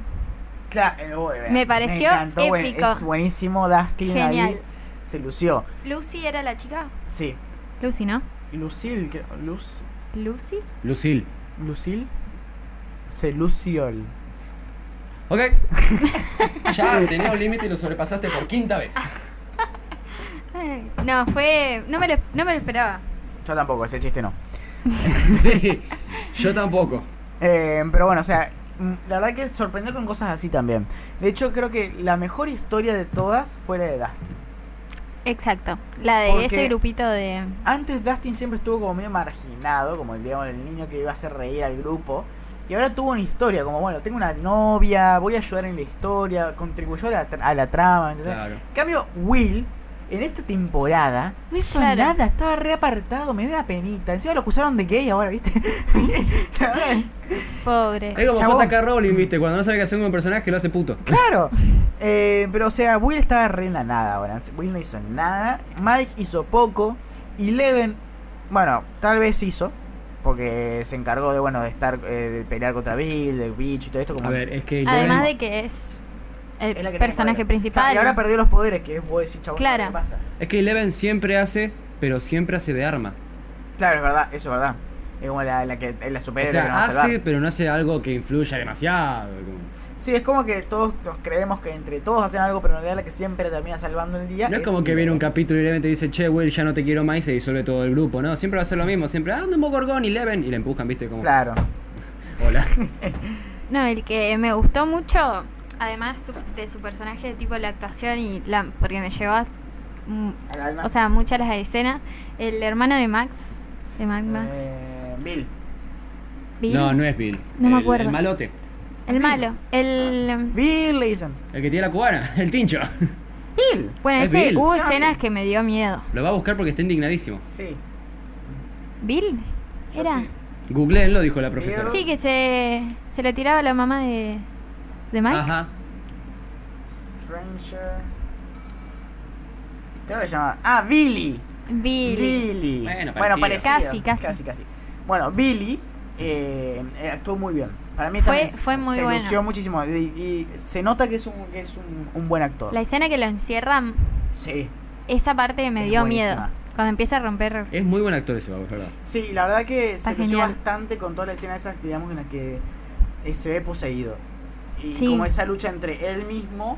Claro, eh, uy, vean, me pareció encantó, buen- épico. es buenísimo, Dustin ahí Genial. se lució. ¿Lucy era la chica? Sí. Lucy, ¿no? Lucille, creo- Luz, ¿Lucy? Lucille. Lucille. Se luciol. Ok. ya tenías un límite y lo sobrepasaste por quinta vez. Ay, Eh, No, fue. No me, lo, no me lo esperaba. Yo tampoco, ese chiste no. sí, yo tampoco. Eh, pero bueno, o sea, mm, la verdad que sorprendió con cosas así también. De hecho, creo que la mejor historia de todas fue la de Dustin. Exacto. La de Porque- ese grupito de. Antes Dustin siempre estuvo como medio marginado, como el, digamos, el niño que iba a hacer reír al grupo. Y ahora tuvo una historia, como bueno, tengo una novia, voy a ayudar en la historia, contribuyó a la, tra- a la trama, ¿entendés? Claro. En cambio, Will, en esta temporada, no hizo Claro. nada, estaba re apartado, me dio una penita. Encima lo acusaron de gay ahora, ¿viste? La verdad, Es Pobre. como Chabón. J.K. Rowling, viste, cuando no sabe qué hacer con un personaje lo hace puto. claro. Eh, pero, o sea, Will estaba re en la nada ahora. Will no hizo nada. Mike hizo poco. Y Leven, bueno, tal vez hizo. Porque se encargó de, bueno, de estar, eh, de pelear contra Bill, de bicho y todo esto. Como A ver, es que Además Eleven- de que es Es el la que tiene personaje poderes. O sea, principal. y ahora perdió los poderes, que es vos decís, chabón, Claro. ¿qué pasa? es que Eleven siempre hace, pero siempre hace de arma. Claro, es verdad, eso es verdad. Es como la, la que es la O superhéroe que nos sea, ah, va a salvar. hace, pero no hace algo que influya demasiado. como- Sí, es como que todos nos creemos que entre todos hacen algo, pero en realidad la que siempre termina salvando el día. No es como que viene un capítulo y Eleven te dice, che, Will, ya no te quiero más y se disuelve todo el grupo, ¿no? Siempre va a ser lo mismo, siempre, ah, anda un Gorgon, Eleven, y le empujan, viste, como, Claro. hola. No, el que me gustó mucho, además su- de su personaje, tipo la actuación y la. porque me llevó a. mm, Al alma. O sea, muchas las escenas. El hermano de Max. De Max Max. Eh, Bill. Bill. No, no es Bill. No me El- acuerdo. El malote. El malo. El. Bill le dicen. El que tiene la cubana, el tincho. Bill. Bueno, Es ese Bill. hubo Ah, escenas Bill. que me dio miedo. Lo va a buscar porque está indignadísimo. Sí. ¿Bill? ¿Era? Googleenlo, dijo la profesora. Pero- Sí, que se, se le tiraba la mamá de, de Mike. Ajá. Stranger. Creo que se llama. Ah, Billy. Bill. Billy. Bueno, parecido. parecido. Casi, casi. Casi, casi. Bueno, Billy eh, eh, actuó muy bien. Para mí Fue- también se- fue muy se bueno. lució muchísimo. Y, y se nota que es un, que es un, un buen actor. La escena que lo encierran, Sí. esa parte me Es dio buenísima. miedo. Cuando empieza a romper. Es muy buen actor ese vago, es verdad. Sí, la verdad que Está se lució genial. bastante con toda la escena esa, digamos, en la que eh, se ve poseído. Y Sí. como esa lucha entre él mismo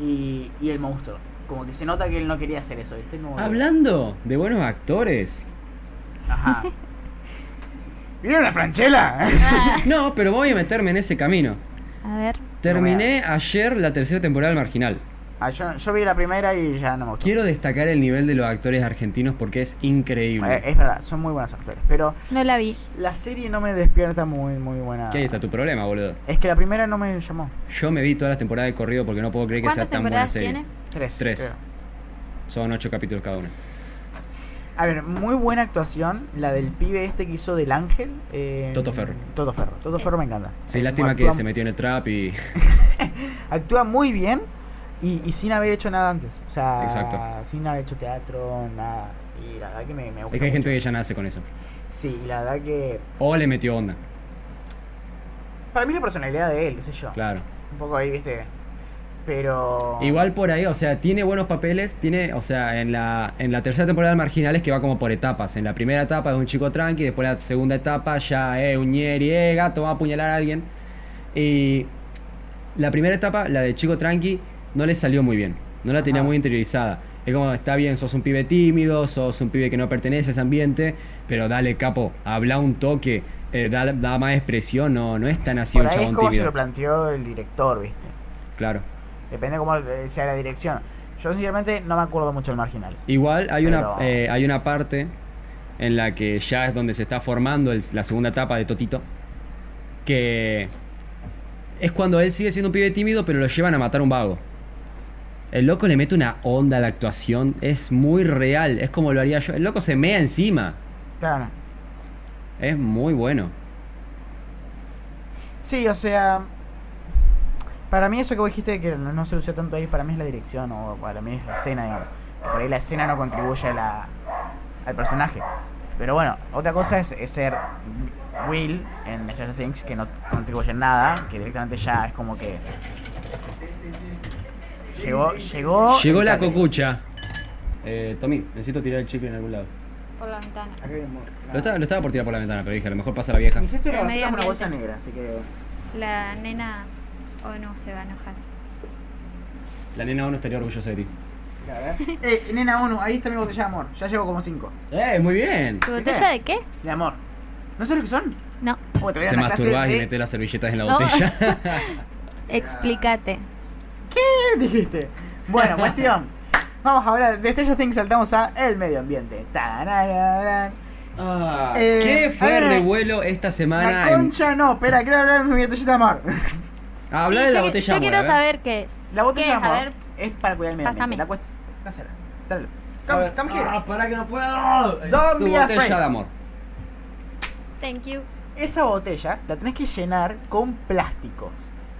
y, y el monstruo. Como que se nota que él no quería hacer eso, ¿viste? Como- Hablando de buenos actores. Ajá. ¿Vieron la franchela? Ah, No, pero voy a meterme en ese camino. a ver. Terminé ayer la tercera temporada del Marginal. Ah, yo, yo vi la primera y ya no me gustó. Quiero destacar el nivel de los actores argentinos porque es Eh, increíble. es verdad, son muy buenos actores. Pero No la vi. la serie no me despierta muy, muy buena. Que ahí está tu problema, boludo. Es que la primera no me llamó. Yo me vi todas las temporadas de corrido porque no puedo creer que sea ¿Cuántas tan buena temporadas serie. tiene? Tres. Tres. creo. Son ocho capítulos cada una. A ver, muy buena actuación la del pibe este que hizo del ángel. eh, Toto Ferro. Toto Ferro. Toto Ferro me encanta. Sí, Eh, lástima que actúa- se metió en el trap y. Actúa muy bien y, y sin haber hecho nada antes. O sea, Exacto. sin haber hecho teatro, nada. Y la verdad que me, me gusta. Es que hay mucho. gente que ya nace con eso. Sí, la verdad que. O le metió onda, Para mí la personalidad de él, qué sé yo. claro. Un poco ahí, viste. Pero. Igual por ahí, o sea, tiene buenos papeles, tiene, o sea, en la, en la tercera temporada de Marginales que va como por etapas. En la primera etapa es un chico tranqui, después la segunda etapa ya es un ñeri, eh, gato, va a apuñalar a alguien. Y la primera etapa, la de chico tranqui, no le salió muy bien, no la tenía Ajá. muy interiorizada. Es como, está bien, sos un pibe tímido, sos un pibe que no pertenece a ese ambiente, pero dale, capo, habla un toque, eh, da, da más expresión, no, no es tan así por un ahí es chabón como se tímido. lo planteó el director, viste. Claro. Depende cómo eh, sea la dirección. Yo sinceramente no me acuerdo mucho del marginal. Igual hay Pero- una eh, hay una parte en la que ya es donde se está formando el- la segunda etapa de Totito que es cuando él sigue siendo un pibe tímido pero lo llevan a matar a un vago. El loco le mete una onda de actuación, es muy real, es como lo haría yo. El loco se mea encima, Claro. es muy bueno. Sí, o sea. Para mí, eso que vos dijiste de que no, no se lució tanto ahí, para mí es la dirección o para mí es la escena, digamos. Por ahí la escena no contribuye a la- al personaje. Pero bueno, otra cosa es, es ser Will en Stranger Things, que no contribuye en nada, que directamente ya es como que. Llegó, llegó. Llegó el la catering. cocucha. Eh, Tommy, necesito tirar el chicle en algún lado. por la ventana. Acá viene un mono. Lo estaba, lo estaba por tirar por la ventana, pero dije, a lo mejor pasa la vieja. Mi cesto de El la basura es medio una bolsa ambiente. negra, así que. La nena o no se va a enojar. La nena aún no estaría orgullosa de ti. Eh, nena ONU, ahí está mi botella de amor. Ya llevo como cinco. ¡Eh, muy bien! ¿Tu botella de qué? De amor. ¿No sabes lo que son? No, Oh, te voy a Te dar una clase masturbás y de- metes las servilletas en la No. botella. explícate. ¿Qué dijiste? Bueno, cuestión. Vamos ahora, de Stranger Things saltamos a el medio ambiente. Tarararán. Ah, Eh, ¿Qué a fue ver, revuelo esta semana? La en- concha no, espera, quiero hablar de mi botella de amor. Ah, habla de Sí, la yo, botella yo amor, a quiero ver. saber qué es. La botella ¿Qué de es? A amor ver. es para cuidar el medio Pásame. ambiente. La cuesta. Dásela. Tráelo. A Come, ver. come here. Ah, pará que no puedo. Don't tu be botella afraid. de amor. Thank you. Esa botella la tenés que llenar con plásticos.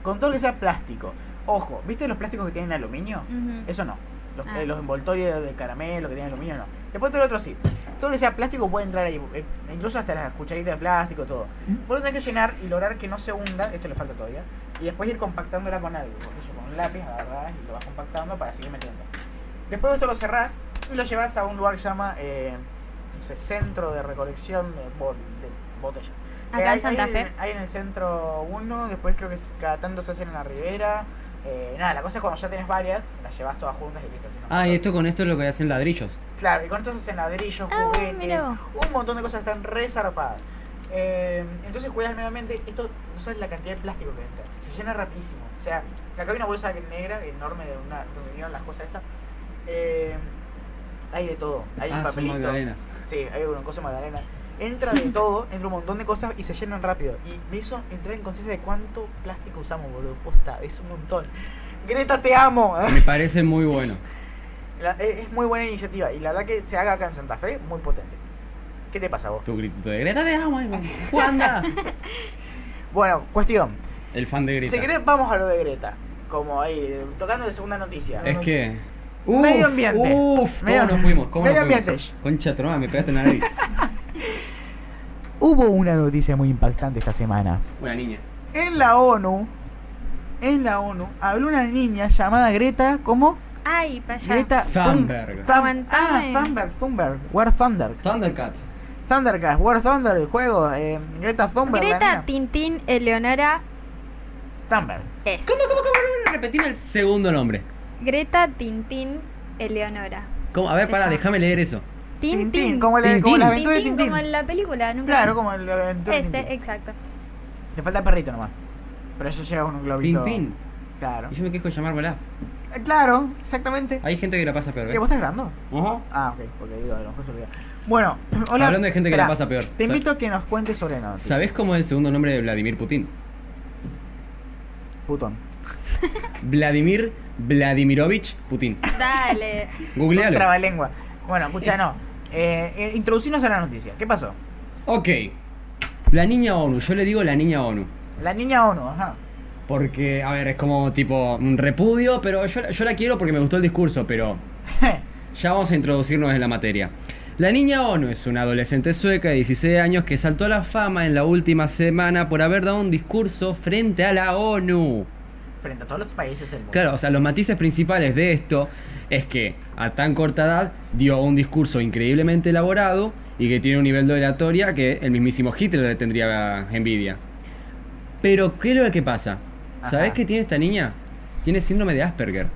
Con todo lo que sea plástico. Ojo, ¿viste los plásticos que tienen aluminio? Ujú. Eso no. Los, Ah. eh, los envoltorios de caramelo que tienen aluminio, no. Después todo lo otro sí. Todo lo que sea plástico puede entrar ahí. eh, Incluso hasta las cucharitas de plástico, todo. Mm. Vos lo tenés que llenar y lograr que no se hunda. Esto le falta todavía. Y después ir compactándola con algo. Por ejemplo, con un lápiz, agarrás y lo vas compactando para seguir metiendo. Después esto lo cerrás y lo llevas a un lugar que se llama eh, no sé, Centro de Recolección de, bo- de Botellas. Acá en hay- Santa hay Fe. Hay en el centro uno, después creo que es- cada tanto se hacen en la ribera. Eh, nada, la cosa es cuando ya tienes varias, las llevas todas juntas y listo. así no Ah, y importa. esto con esto es lo que hacen ladrillos. Claro, y con esto se hacen ladrillos, Ah, juguetes, mirá vos. un montón de cosas que están re zarpadas. Eh, entonces cuidas nuevamente, esto no sabes la cantidad de plástico que entra, se llena rapidísimo. O sea, acá hay una bolsa que- negra enorme de una, donde vinieron las cosas estas. Eh, hay de todo, hay un ah, son papelito. magdalenas. Sí, hay una cosa magdalena. Entra de todo, entra un montón de cosas y se llenan rápido. Y me hizo entrar en conciencia de cuánto plástico usamos, boludo. Posta, es un montón. Greta, te amo. Me parece muy bueno. La- e, es, es muy buena iniciativa y la verdad que se haga acá en Santa Fe, muy potente. ¿Qué te pasa a vos? Tu gritito de Greta de amo, igual. Juanda. Bueno, cuestión. El fan de Greta. Si querés, vamos a lo de Greta. Como ahí, tocando la segunda noticia. Es que. Medio Uf, ambiente. Uf, ¿cómo Medio- nos fuimos? ¿Cómo medio nos fuimos? ambiente. Concha troma, me pegaste en la nariz. Hubo una noticia muy impactante esta semana. Una niña. En la ONU, en la ONU, habló una niña llamada Greta, ¿cómo? Ay, para allá. Greta Thun- Thunberg. Thun- ah, Aguantame. Thunberg, Thunberg, War Thunder. Thundercats. Thundercats, War Thunder, el juego. eh, Greta Thunberg. la Greta, nena. Tintín, Eleonora Thunberg. es. ¿Cómo, cómo, cómo? Repetime el segundo nombre. Greta, Tintín, Eleonora. ¿Cómo? A ver, Se pará, llama. déjame leer eso. Tintín. Tintín, como, la, como Tintín. la aventura de Tintín, Tintín. como en la película, nunca. Claro, como el, la aventura de Ese, eh. Tintín. exacto. Le falta perrito nomás. Pero eso llega con un globito. Tintín. Claro. Y yo me quejo de llamármela. Eh, Claro, exactamente. Hay gente que la pasa peor. ¿eh? Che, ¿vos estás grabando? Ajá. Ah, ok, porque digo, a lo mejor se olvidó. Bueno, hola. Hablando de gente que Esperá, la pasa peor. Te invito a que nos cuentes sobre la noticia. ¿Sabes cómo es el segundo nombre de Vladimir Putin? Putón. Vladimir Vladimirovich Putin. Dale. Googlealo. Trabalengua. Bueno, escucha, no. Eh, eh, introducinos a la noticia. ¿Qué pasó? Ok. La niña ONU. Yo le digo la niña ONU. La niña ONU, ajá. Porque, a ver, es como tipo un repudio, pero yo, yo la quiero porque me gustó el discurso, pero ya vamos a introducirnos en la materia. La niña ONU es una adolescente sueca de 16 años que saltó a la fama en la última semana por haber dado un discurso frente a la ONU. Frente a todos los países del mundo. Claro, o sea, los matices principales de esto es que a tan corta edad dio un discurso increíblemente elaborado y que tiene un nivel de oratoria que el mismísimo Hitler le tendría envidia. Pero, ¿qué es lo que pasa? Ajá. ¿Sabes qué tiene esta niña? Tiene síndrome de Asperger.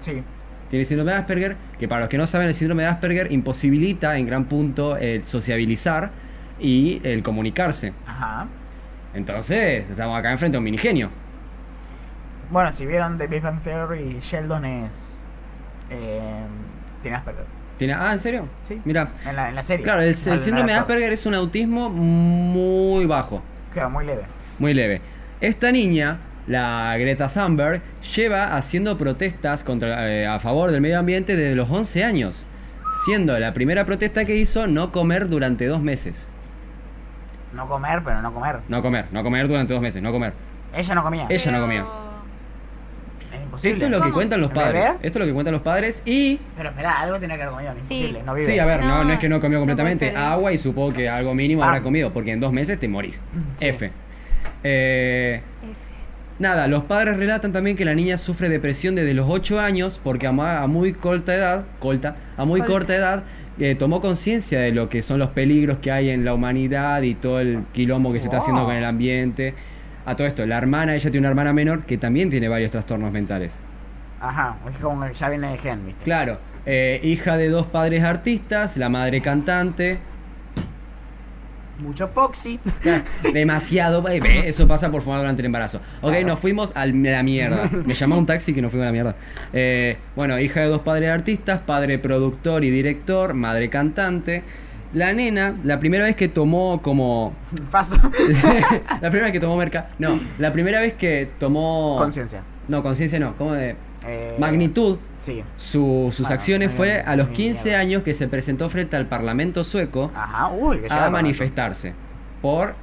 Sí. Tiene síndrome de Asperger, que para los que no saben, el síndrome de Asperger imposibilita en gran punto el sociabilizar y el comunicarse. Ajá. Entonces, estamos acá enfrente a un minigenio. Bueno, si vieron The Big Bang Theory, Sheldon es. Eh, tiene Asperger. Tiene, ah, ¿en serio? Sí. Mira, En la, en la serie. Claro, el, el No, no, síndrome de no, Asperger es un autismo muy bajo, Claro, muy leve. muy leve. Esta niña, la Greta Thunberg, lleva haciendo protestas contra, eh, a favor del medio ambiente desde los 11 años, siendo la primera protesta que hizo no comer durante dos meses. No comer, pero no comer. No comer, no comer durante dos meses, no comer. Ella no comía. Ella no comía. Es imposible. Esto es lo que ¿Cómo? cuentan los ¿El bebé? padres. Esto es lo que cuentan los padres y... Pero espera, algo tiene que ver con ella. Sí. Imposible. No vive. Sí, a ver, no, No, no es que no comió no puede completamente. ser. Agua y supongo que algo mínimo Ah. habrá comido, porque en dos meses te morís. Sí. F. Eh, F. Nada, los padres relatan también que la niña sufre depresión desde los 8 años porque a, ma- a muy corta edad, corta, a muy Corta. corta edad eh, tomó conciencia de lo que son los peligros que hay en la humanidad y todo el quilombo que se está haciendo Wow. con el ambiente. A todo esto, la hermana, ella tiene una hermana menor que también tiene varios trastornos mentales. Ajá. Es como que ya viene de gen, ¿viste? Claro, eh, hija de dos padres artistas, la madre cantante. Mucho poxy. Claro, Demasiado, baby. Eso pasa por fumar durante el embarazo. Ok, Claro. nos fuimos a la mierda. Me llamó un taxi que nos fuimos a la mierda. Eh, bueno, hija de dos padres artistas, padre productor y director, madre cantante. La nena, la primera vez que tomó como. Paso. la primera vez que tomó merca. No, la primera vez que tomó. Conciencia. No, conciencia no, como de. Eh, Magnitud. Sí. su- sus Bueno, acciones ni- fue a los ni 15 mierda. años que se presentó frente al Parlamento sueco Ajá. Uy, Ah, que llega a el momento. manifestarse por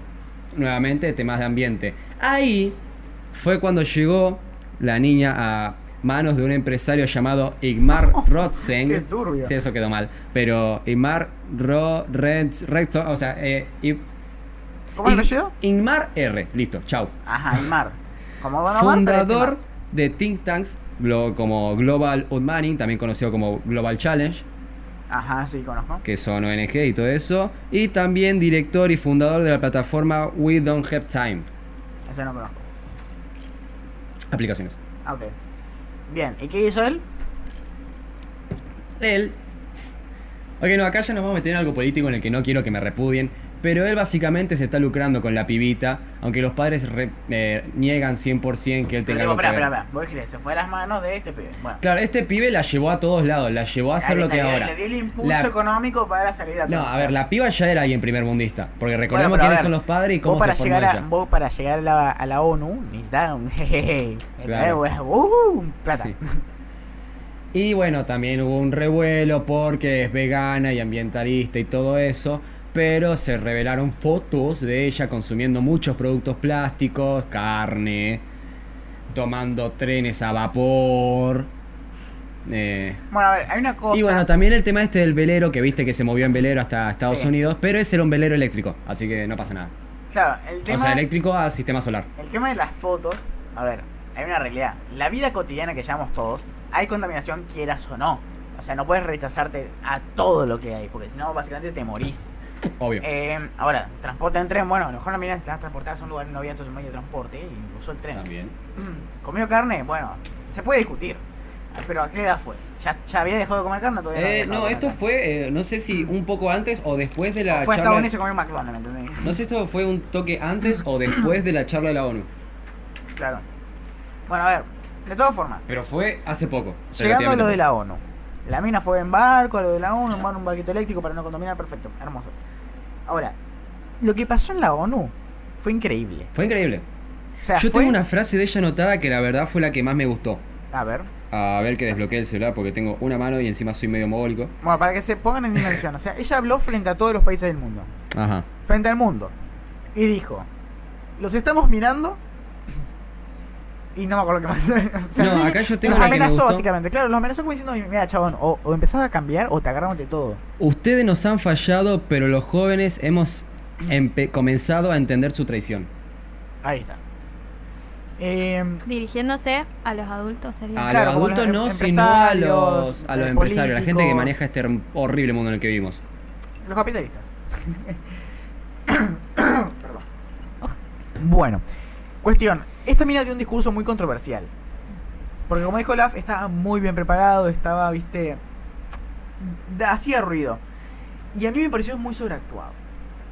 nuevamente temas de ambiente. Ahí fue cuando llegó la niña a manos de un empresario llamado Igmar Rotzen. Qué turbio. Sí, eso quedó mal. Pero Igmar Ro, Reds- Redson- o sea, eh, I- ¿Cómo lo Ig- llegó? Igmar R. Listo, chau. Ajá, Aymar. Como Don Omar, pero este Fundador Mar. de think tanks glo- como Global Unmanning, también conocido como Global Challenge. Ajá, sí, conozco. que son ONG y todo eso, y también director y fundador de la plataforma We Don't Have Time, Ese no conozco. aplicaciones. Ah, ok. Bien, ¿y qué hizo él? Él... Ok, no, acá ya nos vamos a meter en algo político en el que no quiero que me repudien, pero él básicamente se está lucrando con la pibita, aunque los padres re- eh, niegan 100% que él Pero tenga digo, algo que ver. espera, espera, espera. Voy a decirle, se fue a las manos de este pibe. Bueno. Claro, este pibe la llevó a todos lados, la llevó a hacer Ahí lo está, que le- ahora. Le dio el impulso La- económico para salir a No, a ver, la piba ya era alguien primer mundista, porque recordemos pero a quiénes ver, son los padres y Vos cómo para, se formó llegar a, ella. vos para llegar a la, a la ONU necesitas un jejeje. Claro. Eh, Uh, plata. Sí. Y bueno, también hubo un revuelo porque es vegana y ambientalista y todo eso. Pero se revelaron fotos de ella consumiendo muchos productos plásticos, carne, tomando trenes a vapor. eh, Bueno, a ver, hay una cosa. y bueno, también el tema este del velero, que viste que se movió en velero hasta Estados Sí. Unidos, pero ese era un velero eléctrico, así que no pasa nada. claro, el tema, O sea, eléctrico a sistema solar. el tema de las fotos. A ver, hay una realidad. La vida cotidiana que llevamos todos, hay contaminación, quieras o no. O sea, no puedes rechazarte a todo lo que hay, porque si no, básicamente te morís. Obvio. Eh, ahora, transporte en tren, bueno, a lo mejor la mina te vas a transportar a un lugar y no había entonces medio de transporte y usó el tren. También. ¿Comió carne? Bueno, se puede discutir. Pero ¿a qué edad fue? ¿Ya, ya había dejado de comer carne o todavía no? había Eh, dejado no, de comer esto fue, eh, no sé si un poco antes o después de la carne? Fue a Estados charla. Unidos y comió McDonald's, ¿me entendés? No sé si esto fue un toque antes o después de la charla de la ONU, Claro. Bueno, a ver, de todas formas, pero fue hace poco. llegando a lo relativamente de la ONU. La mina fue en barco, a lo de la ONU, en barco, un barquito eléctrico para no contaminar, perfecto, hermoso. Ahora, lo que pasó en la ONU fue increíble. poco. Fue increíble. O sea, Yo fue- tengo una frase de ella anotada que la verdad fue la que más me gustó. A ver, A ver que desbloqueé el celular porque tengo una mano y encima soy medio mogólico. bueno, para que se pongan en dimensión, o sea, ella habló frente a todos los países del mundo. Ajá. frente al mundo y dijo, los estamos mirando, y no me acuerdo qué más. O sea, No, acá yo tengo los una que me amenazó gustó. básicamente, claro, los amenazó como diciendo, mira chabón, o, o empezás a cambiar o te agarramos de todo. Ustedes nos han fallado, pero los jóvenes hemos empe- comenzado a entender su traición. Ahí está. Eh, Dirigiéndose a los adultos sería. A Claro, como los adultos los no, em- sino a los, empresarios, a los eh, empresarios, la gente que políticos. maneja este horm- horrible mundo en el que vivimos. los capitalistas. Perdón. Bueno, cuestión. Esta mina dio un discurso muy controversial. Porque como dijo Laf, estaba muy bien preparado, estaba, viste, da- hacía ruido. Y a mí me pareció muy sobreactuado.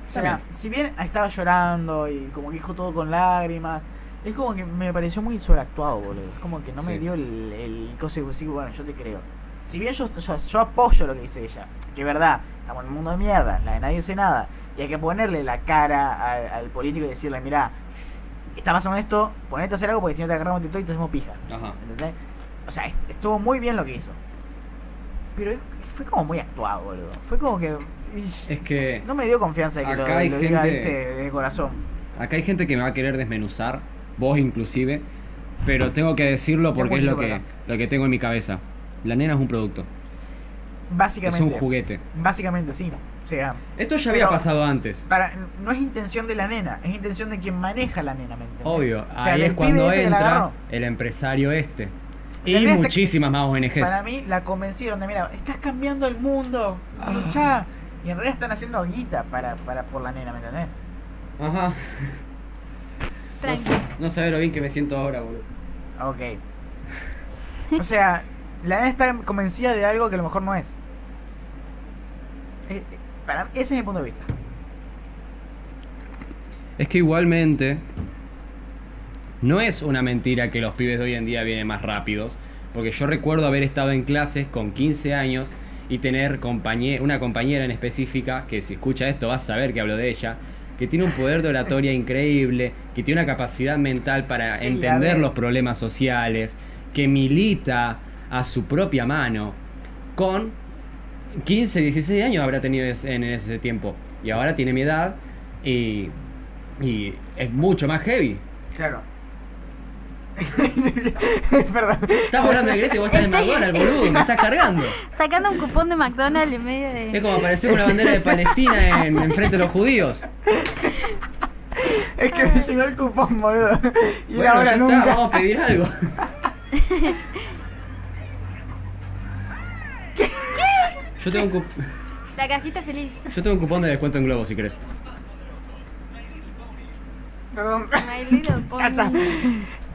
O sea, También. si bien estaba llorando y como que dijo todo con lágrimas, es como que me pareció muy sobreactuado, boludo. Es como que no me Sí. dio el, el coso de decir, bueno, yo te creo. Si bien yo, yo, yo apoyo lo que dice ella, que es verdad, estamos en un mundo de mierda, la de nadie hace nada, y hay que ponerle la cara al, al político y decirle, mirá, está más honesto, ponete a hacer algo porque si no te agarramos de todo y te hacemos pija. Ajá. ¿Entendés? O sea, est- estuvo muy bien lo que hizo. Pero es- fue como muy actuado, boludo. Fue como que. ish, Es que No me dio confianza de que lo, Acá hay lo diga gente- este de corazón. acá hay gente que me va a querer desmenuzar, vos inclusive, pero tengo que decirlo porque es lo muchísimo que, lo que tengo en mi cabeza. La nena es un producto, es Básicamente. un juguete. Básicamente, sí. O sea, Esto ya había Pero- pasado antes. para, no es intención de la nena, es intención de quien maneja la nena, ¿me entendés? Obvio, O sea, ahí del es cuando pibe este que la entra agarró. el empresario este. La Y nena está- muchísimas más Para ONGs. mí la convencieron de, mira, estás cambiando el mundo, Ah. luchá. Y en realidad están haciendo guita para, para, por la nena, ¿me entendés? Ajá. No, Tranqui. sé- no sabés lo bien que me siento ahora, boludo. Ok. O sea, la nena está convencida de algo que a lo mejor no es. Eh, eh, Para, ese es mi punto de vista. Es que igualmente no es una mentira que los pibes de hoy en día vienen más rápidos, porque yo recuerdo haber estado en clases con 15 años y tener compañe- una compañera en específica, que si escucha esto va a saber que hablo de ella, que tiene un poder de oratoria increíble, que tiene una capacidad mental para Sí, a entender ver. los problemas sociales, que milita a su propia mano, con 15, 16 años habrá tenido es- en ese tiempo. Y ahora tiene mi edad y, y es mucho más heavy. Claro. Perdón. Estás volando de Greta y vos estás en Estoy- McDonald's, boludo, me estás cargando. Sacando un cupón de McDonald's en medio Es de. como aparecer una bandera de Palestina en, en frente de los judíos. Es que me llegó el cupón, boludo. Y Bueno, ahora ya nunca. está, vamos a pedir algo. Yo tengo, un cup- La cajita feliz. yo tengo un cupón de descuento en Globo si querés. Perdón. My Little Pony. está.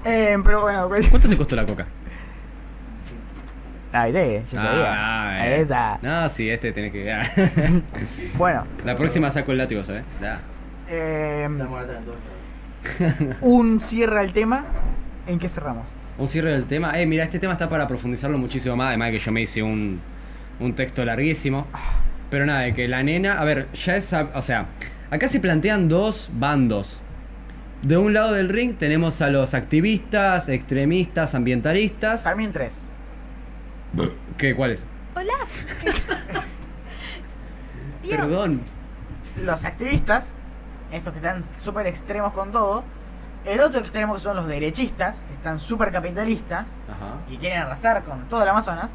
Eh, pero bueno, pues. ¿Cuánto te costó la coca? Ahí te, yo Ah, sabía. eh. Esa. No, sí, este tenés que. Bueno, La próxima saco el látigo, ¿sabes? Da. eh, Estamos al tanto. un cierre al tema. ¿En qué cerramos? Un cierre del tema. Eh, mira, este tema está para profundizarlo muchísimo más. Además de que yo me hice un, un texto larguísimo. Pero nada, de que la nena. A ver, ya es. ab- O sea, acá se plantean dos bandos. De un lado del ring tenemos a los activistas, extremistas, ambientalistas. Para mí en tres. ¿Qué? ¿Cuáles? Hola. Tío. Perdón. Los activistas, estos que están súper extremos con todo. El otro extremo que son los derechistas, que están súper capitalistas Ajá. y quieren arrasar con todo el Amazonas.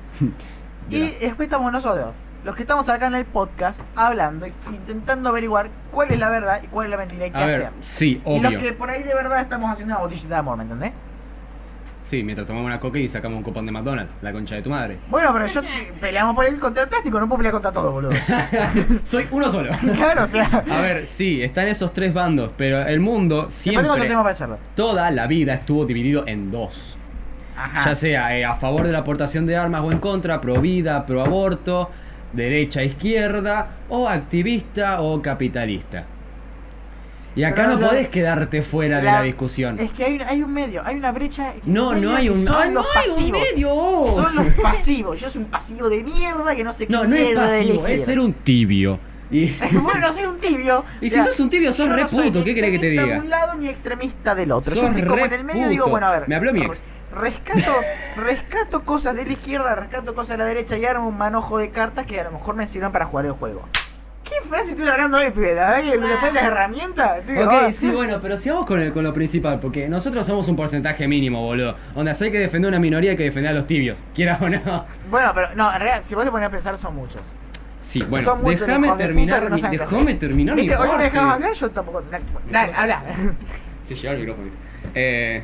y después estamos nosotros, los que estamos acá en el podcast, hablando, y intentando averiguar cuál es la verdad y cuál es la mentira y qué A ver, hacer. sí, Y los obvio. que por ahí de verdad estamos haciendo una botellita de amor, ¿me entendés? Sí, mientras tomamos una coca y sacamos un cupón de McDonald's, la concha de tu madre. Bueno, pero yo te- peleamos por el contra el plástico, no puedo pelear contra todo, boludo. Soy uno solo. claro, o sea. A ver, sí, están esos tres bandos, pero el mundo Después tengo otro siempre. tema para charlar. toda la vida estuvo dividido en dos. Ajá. Ya sea eh, a favor de la aportación de armas o en contra, pro vida, pro aborto, derecha, izquierda, o activista o capitalista. Y acá Pero no la- podés quedarte fuera de la- la discusión. Es que hay, hay un medio, hay una brecha. No, no hay un, Son ¡Ay, no los hay un pasivos. medio. oh! Son los pasivos. Yo soy un pasivo de mierda que no sé No, qué no es mierda de pasivo, es elegir. ser un tibio. Y, bueno, soy un tibio. y si sos un tibio, sos re puto, ¿qué querés que te No soy ni extremista de diga? un lado ni extremista del otro. Yo Sos estoy como re en el medio y digo, puto. bueno, a ver. Me habló mi a ver, ex. Rescato, rescato cosas de la izquierda, rescato cosas de la derecha y armo un manojo de cartas que a lo mejor me sirvan para jugar el juego. ¿Qué frase estoy largando hoy, pibe? La verdad que Wow. después de las herramientas. estoy- Ok, ah. sí, bueno, pero sigamos con, el- con lo principal, porque nosotros somos un porcentaje mínimo, boludo. Donde hay que defender una minoría hay que defender a los tibios, quieras o no. Bueno, pero no, en realidad, si vos te pones a pensar, son muchos. Sí, bueno, Son muchos déjame hijos de puta terminar, que no mi- saben qué hacer. déjame terminar mi ¿Viste? Hoy no me parte. dejabas hablar, yo tampoco. Dale, dale, habla. Se llevó el micrófono. ¿viste? Eh,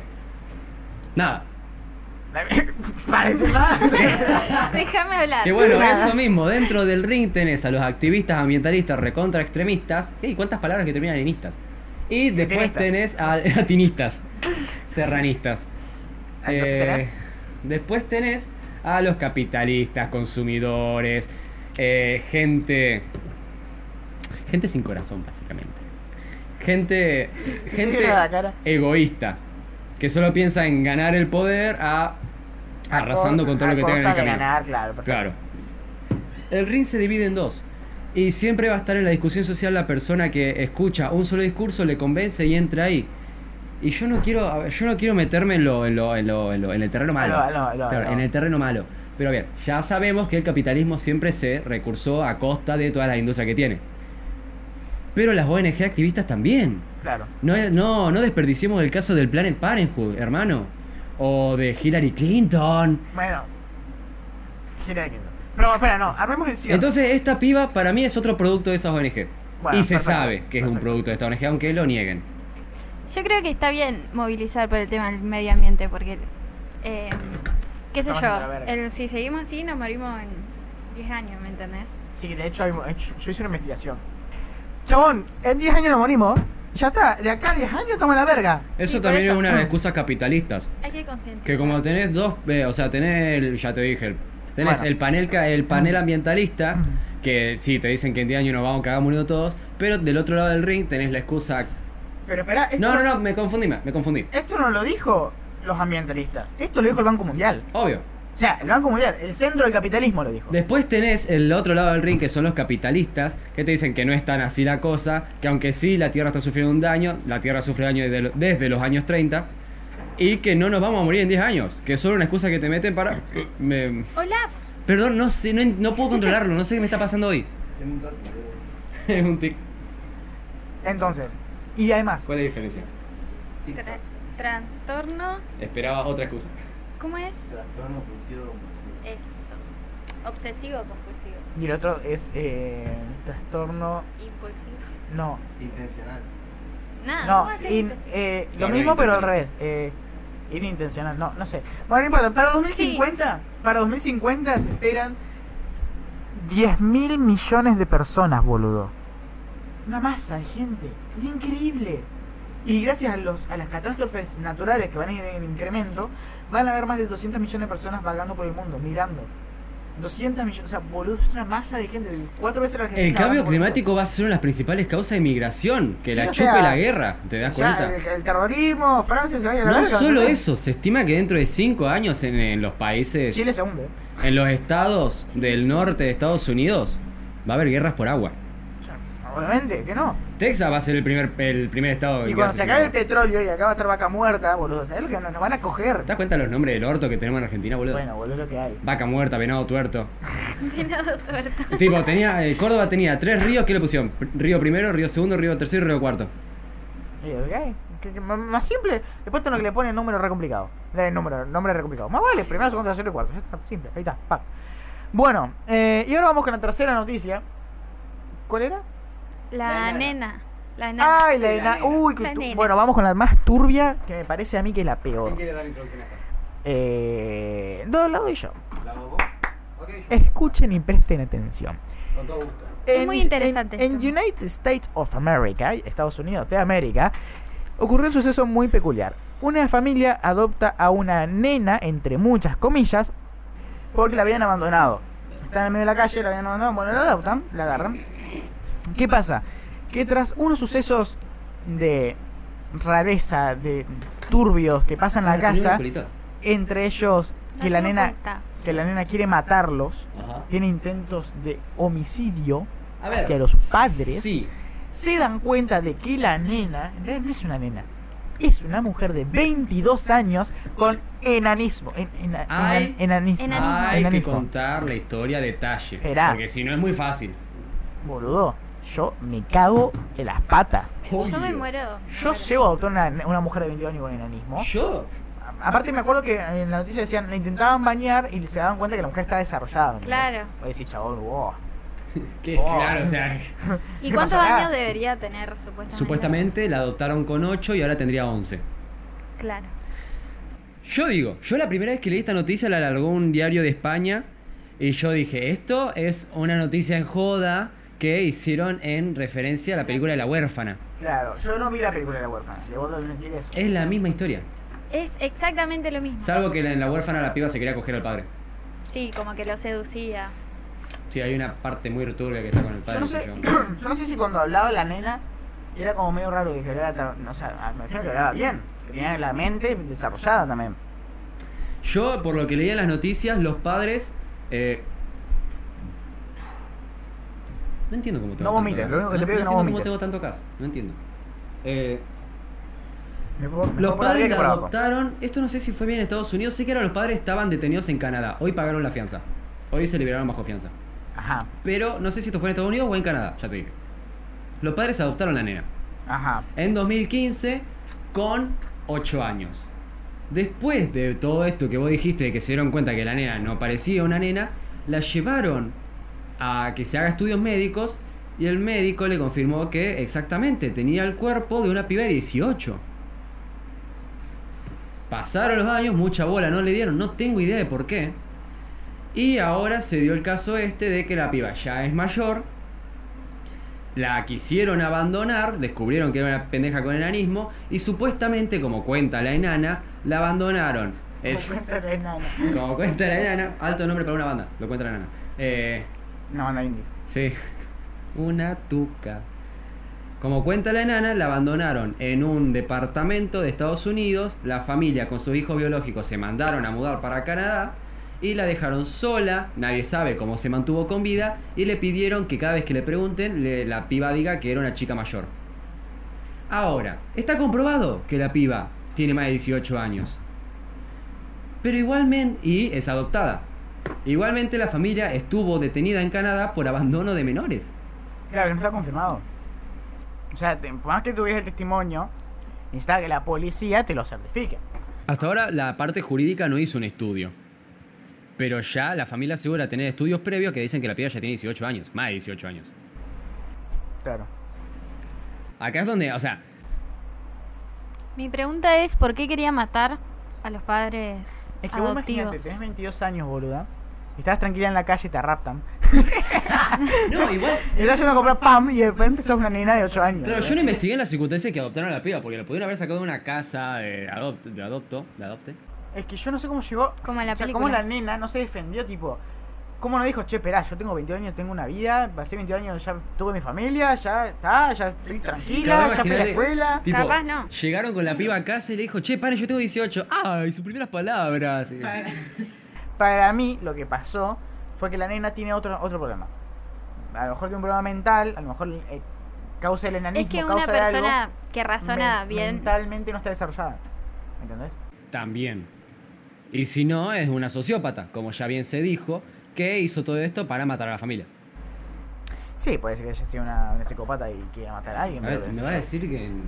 nada, Parece nada. Déjame hablar. que bueno, Nada. eso mismo, dentro del ring tenés a los activistas ambientalistas recontra extremistas. ¿Y cuántas palabras que terminan en istas? Y después tenés Tinistas. a, a tinistas, serranistas. Ahí los Eh, tenés. después tenés a los capitalistas, consumidores, eh, gente. Gente sin corazón, básicamente. Gente. Te Gente tiro la cara. egoísta. Que solo piensa en ganar el poder a. arrasando A con todo lo que costa tenga en el de camino. ganar, claro, perfecto. Claro. El ring se divide en dos. Y siempre va a estar en la discusión social la persona que escucha un solo discurso, le convence y entra ahí. Y yo no quiero, a ver, yo no quiero meterme en lo, en lo, en lo, en lo- en el terreno malo. Ah, no, no, no, Claro, no. en el terreno malo. Pero bien, ya sabemos que el capitalismo siempre se recursó a costa de toda la industria que tiene. Pero las ONG activistas también. Claro. No, no, no desperdiciemos el caso del Planet Parenthood, hermano. O de Hillary Clinton. Bueno. Gira de quinto. Pero espera, no, armemos el cierre. Entonces, esta piba para mí es otro producto de esas ONG. Bueno, y se perfecto, sabe que es un perfecto. producto de esta ONG, aunque lo nieguen. Yo creo que está bien movilizar por el tema del medio ambiente, porque, eh, qué sé Estamos en la yo, verga. el- si seguimos así nos morimos en 10 años, ¿me entendés? Sí, de hecho, hay mo- yo yo hice una investigación. Chabón, en 10 años nos morimos. Ya está, de acá a 10 años estamos en la verga. Eso por también eso. Ah. es una de las Mm. excusas capitalistas. Hay que concientizar. Que como tenés dos, eh, o sea, tenés, el- ya te dije, el- tenés Bueno. el panel ca- el Ah. panel ambientalista, Mm. que sí, te dicen que en 10 años nos vamos a cagar muriendo todos, pero del otro lado del ring tenés la excusa... Pero espera, esto, No, no, no, me confundí, me me confundí. esto no lo dijo los ambientalistas. Esto lo dijo el Banco Mundial. Obvio. O sea, el Banco Mundial, el centro del capitalismo lo dijo. Después tenés el otro lado del ring, que son los capitalistas, que te dicen que no es tan así la cosa, que aunque sí la Tierra está sufriendo un daño, la Tierra sufre daño desde, lo- desde los años 30, y que no nos vamos a morir en 10 años, que es solo una excusa que te meten para... Me- Olaf, Perdón, no sé, no, en- no puedo controlarlo, no sé qué me está pasando hoy. Tengo un toque, boludo. es un tic. Entonces, y además, ¿Cuál es la diferencia? tra- trastorno, Esperaba otra excusa. ¿cómo es? Trastorno obsesivo compulsivo. Eso. Obsesivo compulsivo. y el otro es eh, trastorno. Impulsivo. No, Intencional. Nada, no, ¿cómo haces in- esto? eh, lo Claro, mismo pero al intencional. revés. Eh, inintencional, no, no sé. Bueno, no importa, para 2050, para 2050 se esperan 10 mil millones de personas, boludo. Una masa de gente, es increíble. Y gracias a, los, a las catástrofes naturales que van a ir en incremento, van a haber más de 200 millones de personas vagando por el mundo, mirando. 200 millones, o sea, boludo, es una masa de gente, cuatro veces la Argentina. El cambio vagando por mundo. climático va a ser una de las principales causas de migración, que Sí, la o chupe sea, la guerra, ¿te das O sea, cuenta? el, el terrorismo, Francia se va a ir a la No verga, solo ¿entendés? eso, se estima que dentro de 5 años en, en los países, Chile se hunde. en los estados del norte de Estados Unidos, va a haber guerras por agua. O sea, Obviamente que no. Texas va a ser el primer, el primer estado Y que cuando hace se acabe el guerra. petróleo y acaba a estar vaca muerta, boludo, ¿sabes lo que nos, nos van a coger? ¿Te das cuenta los nombres del orto que tenemos en Argentina, boludo? Bueno, boludo, lo que hay. Vaca muerta, venado tuerto. Venado tuerto. tipo, tenía, eh, Córdoba tenía tres ríos, ¿qué le pusieron? Pr- Río primero, río segundo, río tercero y río cuarto. Y lo que hay. Que- que más- más simple, después tengo que le ponen número re complicado. Eh, número, nombre re complicado. Más vale, primero, segundo, tercero y cuarto. Ya está, simple, ahí está, pa. Bueno, eh, y ahora vamos con la tercera noticia. ¿Cuál era? La nena. Ah, La nena. Ay, la, de la na- nena. Uy, que La tu- nena. bueno, vamos con la más turbia, que me parece a mí que es la peor. quiere dar introducción a esta? Eh, do- la doy yo. ¿La vos? Ok, Escuchen y presten atención. con todo gusto. Es muy interesante En, en esto. United States of America, Estados Unidos de América, ocurrió un suceso muy peculiar. Una familia adopta a una nena, entre muchas comillas, porque la habían abandonado. Está en el medio de la calle, la habían abandonado, bueno, la adoptan, la agarran. ¿Qué pasa? Que tras unos sucesos de rareza, de turbios que pasan en la casa, entre ellos que la tengo nena cuenta. que la nena quiere matarlos, Ajá. tiene intentos de homicidio A hacia los padres, Sí, se dan cuenta de que la nena, en realidad no es una nena, es una mujer de 22 años con enanismo. en- ena- Ay. enan- enanismo. Enanismo. Hay que enanismo. contar la historia a detalle. Esperá. Porque si no es muy fácil. Boludo. yo me cago en las patas. Yo me Obvio. muero. Yo llego a adoptar una, una mujer de 22 años con enanismo. ¿Yo? A- Aparte me acuerdo que en la noticia decían, la intentaban bañar y se daban cuenta que la mujer estaba desarrollada. ¿me entendés? Claro. Vos decís, chabón, wow. Que Oh. claro, o sea. ¿Y ¿Qué cuántos pasará? años debería tener, supuestamente? Supuestamente la adoptaron con 8 y ahora tendría 11. Claro. Yo digo, yo la primera vez que leí esta noticia la alargó un diario de España y yo dije, esto es una noticia en joda que hicieron en referencia a la película de la huérfana. Claro, yo no vi la película de la huérfana. Le voy a admitir eso. Es la misma historia, Es exactamente lo mismo. salvo que en la huérfana la piba se quería coger al padre. Sí, como que lo seducía. Sí, hay una parte muy turbia que está con el padre. Yo no qué sé, sé yo. yo no sé si cuando hablaba la nena era como medio raro que hablara tan- no sé, me imagino que hablaba bien. que Tenía la mente desarrollada también. Yo, por lo que leía en las noticias, los padres... eh, No entiendo cómo tengo No tanto gas. vomites, lo único que te pido es que entiendo no cómo vomites. tengo tanto gas, no entiendo. Eh, Me fue- me fue Los por arriba padres que la por abajo. adoptaron. Esto no sé si fue bien en Estados Unidos. Sé que ahora los padres estaban detenidos en Canadá. Hoy pagaron la fianza. Hoy se liberaron bajo fianza. Ajá, Pero no sé si esto fue en Estados Unidos o en Canadá, ya te dije. Los padres adoptaron a la nena. ajá. En 2015, con 8 años. Después de todo esto que vos dijiste, de que se dieron cuenta que la nena no parecía una nena, la llevaron a que se haga estudios médicos y el médico le confirmó que exactamente tenía el cuerpo de una piba de 18. Pasaron los años, mucha bola no le dieron, no tengo idea de por qué. Y ahora se dio el caso este de que la piba ya es mayor, la quisieron abandonar, descubrieron que era una pendeja con enanismo y supuestamente, como cuenta la enana, la abandonaron. Es- Como cuenta la enana. como cuenta la enana, alto nombre para una banda, lo cuenta la enana. Eh, No, no indie. Sí. Una tuca. Como cuenta la enana, la abandonaron en un departamento de Estados Unidos. La familia con sus hijos biológicos se mandaron a mudar para Canadá y la dejaron sola. Nadie sabe cómo se mantuvo con vida y le pidieron que cada vez que le pregunten, le- la piba diga que era una chica mayor. Ahora, está comprobado que la piba tiene más de 18 años. Pero igualmente, y es adoptada. Igualmente la familia estuvo detenida en Canadá por abandono de menores. Claro, no está confirmado. O sea, te- por más que tuvieras el testimonio, necesitaba que la policía te lo certifique. Hasta ahora la parte jurídica no hizo un estudio. Pero ya la familia asegura tener estudios previos que dicen que la piba ya tiene 18 años, más de 18 años. Claro. Acá es donde, o sea, Mi pregunta es, ¿por qué quería matar a los padres Es que vos imagínate, adoptivos? tenés 22 años, boluda. y Estás tranquila en la calle y te raptan. no, igual. Y estás yendo a comprar pam y de repente sos una nena de 8 años. Claro, yo no investigué en las circunstancias que adoptaron a la piba, porque la pudieron haber sacado de una casa de, adop- de adopto, de adopte. Es que yo no sé cómo llegó. Como en la o sea, película. cómo la nena no se defendió, tipo. ¿Cómo no dijo, che, esperá, yo tengo 22 años, tengo una vida, pasé 22 años, ya tuve mi familia, ya está, ya estoy tranquila, Claro, ya fui a la imagínate. escuela? Tipo, Capaz no. Llegaron con la piba a casa y le dijo, che, pare, yo tengo 18. ¡Ay, sus primeras palabras! Para mí, lo que pasó fue que la nena tiene otro, otro problema. A lo mejor tiene un problema mental, a lo mejor eh, causa el Es enanismo, que una causa de algo, persona que razona men- bien... Mentalmente no está desarrollada. ¿Me entendés? También. Y si no, es una sociópata, como ya bien se dijo, que hizo todo esto para matar a la familia. Sí, puede ser que ella sea una, una psicópata y quiera matar a alguien. A pero ver, qué ¿Me sé vas a yo. decir que en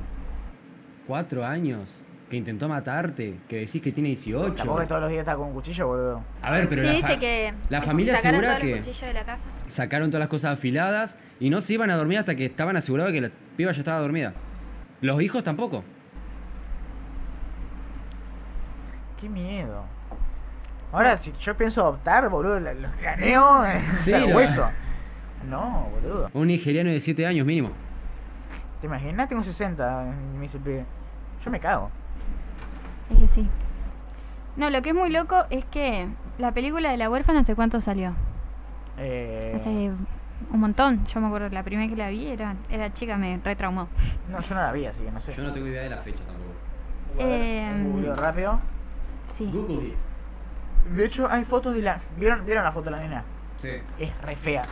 cuatro años que intentó matarte, que decís que tiene 18? Tampoco que todos los días está con un cuchillo, boludo. A ver, pero sí, la, dice fa- que la familia sacaron asegura todos los que cuchillos de la casa. sacaron todas las cosas afiladas y no se iban a dormir hasta que estaban asegurados de que la piba ya estaba dormida. Los hijos tampoco. Qué miedo. Ahora, si yo pienso adoptar, boludo, la- los caneo Sí, al la- hueso. No, boludo. Un nigeriano de 7 años mínimo. ¿Te imaginas? Tengo 60, me dice el pibe. Yo me cago. Es que sí. No, lo que es muy loco es que la película de la huérfana, ¿hace cuánto salió? Eh, Hace un montón. Yo me acuerdo, la primera que la vi era, era chica, me retraumó. No, yo no la vi, así que no sé. no tengo idea de la fecha tampoco. Eh, Googleo rápido. Sí. Google De hecho, hay fotos de la... ¿Vieron, ¿vieron la foto de la nena? Sí. Es re fea.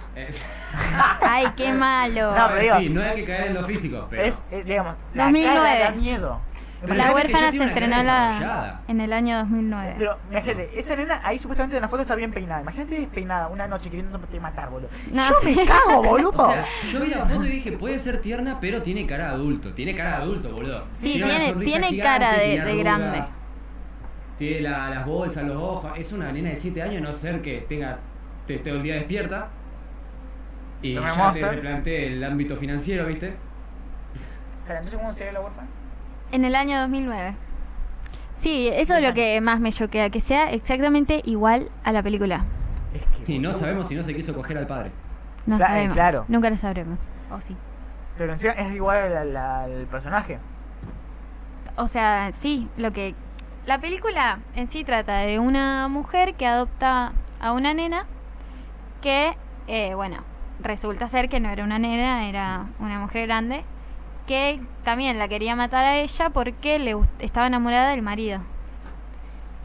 Ay, qué malo. No, pero digo- sí, no hay que caer en lo físico, pero... Es, eh, digamos, la 2009. cara da miedo. La que huérfana ya se tiene una estrenó carrera la- desarrollada. en el año 2009. Pero, imagínate, esa nena ahí supuestamente en la foto está bien peinada. Imagínate despeinada una noche queriéndote matar, boludo. No, Yo sí. me cago, boludo. O sea, yo vi la foto y dije, puede ser tierna, pero tiene cara de adulto. Tiene cara de adulto, boludo. Sí, una tiene- sonrisa tiene cara de- tiene de arrugas, grande. Tiene la- las bolsas, los ojos. Es una nena de 7 años, a no ser que tenga te esté todo el día despierta. Y Tome ya te Monster. replanteé el ámbito financiero, ¿viste? Pero entonces, ¿cómo sería la huérfana? En el año 2009. Sí, eso es lo que más me choquea, que sea exactamente igual a la película. Es que. Y no boludo. sabemos si no se quiso coger al padre. No Cla- eh, sabemos. claro. Nunca lo sabremos. O sí. Pero encima es igual al, al personaje. O sea, sí, lo que... La película en sí trata de una mujer que adopta a una nena que, eh, bueno, resulta ser que no era una nena, era una mujer grande, que también la quería matar a ella porque le gust- estaba enamorada del marido.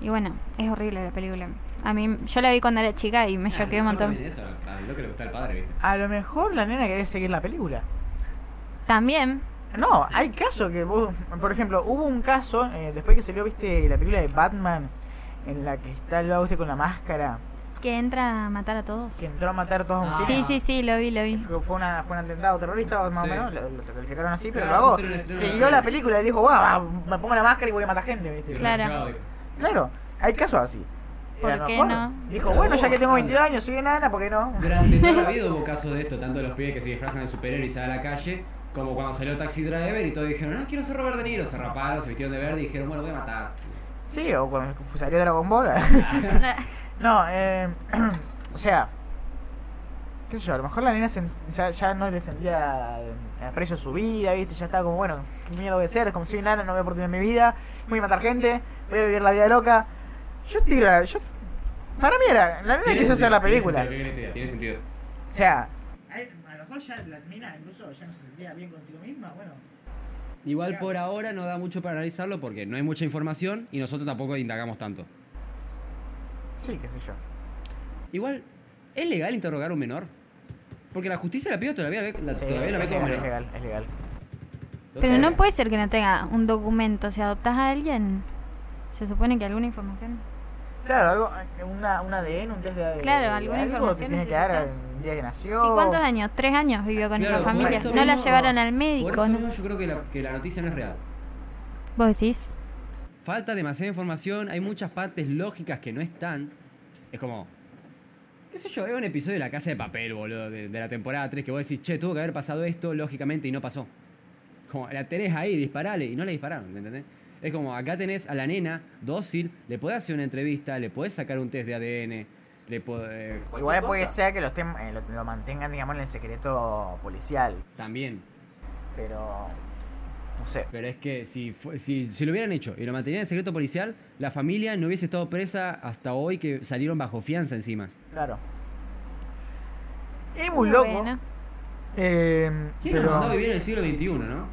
Y bueno, es horrible la película. A mí, yo la vi cuando era chica y me Ah, no, choqué un no montón. viene eso, al loco le gusta el padre, ¿viste? A lo mejor la nena quería seguir la película. También, No, hay casos que vos- por ejemplo, hubo un caso, eh, después que salió, viste, la película de Batman, en la que está el vago este con la máscara, que entra a matar a todos. que entró a matar a todos a un Ah. cine. Sí, sí, sí, lo vi, lo vi. Fue, fue una, fue un atentado terrorista, más Sí. o menos, lo, lo calificaron así, pero Claro, luego justo en el estreno de siguió la la peli. película y dijo, guau, me pongo la máscara y voy a matar gente, viste. Claro. Claro, hay casos así. ¿Por Y a lo qué mejor no? Dijo, bueno, ya que tengo 22 años, soy enana, ¿por qué no? Durante toda la vida hubo casos de esto, tanto de los pibes que se disfrazan de superhéroes y salen a la calle, como cuando salió Taxi Driver y todos dijeron, no, quiero ser Robert De Niro, se raparon, se vistieron de verde y dijeron, bueno, voy a matar. Sí, o cuando salió Dragon Ball. no, eh, o sea, qué sé yo, a lo mejor la nena sen- ya, ya no le sentía eh, el aprecio a su vida, ¿viste? Ya estaba como, bueno, qué mierda voy a ser, como soy nana, no voy a oportunidad en mi vida, voy a matar gente, voy a vivir la vida loca. Yo tiro, la- yo... Para mí era, la nena quiso hacer la película. Tiene sentido, tiene sentido. O sea... A lo mejor ya la nena incluso ya no se sentía bien consigo misma, bueno. Igual por ahora no da mucho para analizarlo porque no hay mucha información y nosotros tampoco indagamos tanto. Sí, qué sé yo. Igual, ¿es legal interrogar a un menor? Porque la justicia la piba todavía, ve- la, Sí, todavía la ve es como legal, es menor. legal, es legal. Pero no Entonces, puede ser que no tenga un documento. Si adoptas a alguien, se supone que alguna información. Claro, algo, eh, una, un ADN, un test de ADN. Claro, alguna algo información que tiene que dar necesita. el día que ¿Sí, nació. ¿Cuántos años? ¿Tres años vivió con Claro, esa por familia? esto No la mismo- llevaron al Por médico. esto no- mismo yo creo que la, que la noticia no es real. ¿Vos decís? Falta demasiada información, hay muchas partes lógicas que no están. Es como. ¿Qué sé yo? Veo un episodio de La Casa de Papel, boludo, de, de la temporada 3, que vos decís, che, tuvo que haber pasado esto, lógicamente, y no pasó. Como, la tenés ahí, disparale, y no le dispararon, ¿me entendés? Es como, acá tenés a la nena, dócil, le podés hacer una entrevista, le podés sacar un test de ADN, le eh, podés. Igual puede ser que lo, estén, eh, lo, lo mantengan, digamos, en el secreto policial. También. Pero. No sé. Pero es que si, fue- si, si lo hubieran hecho y lo mantenían en secreto policial, la familia no hubiese estado presa hasta hoy que salieron bajo fianza encima. Claro. Es muy loco. Bueno. eh, ¿Quién nos mandó a pero. vivir en el siglo XXI, no?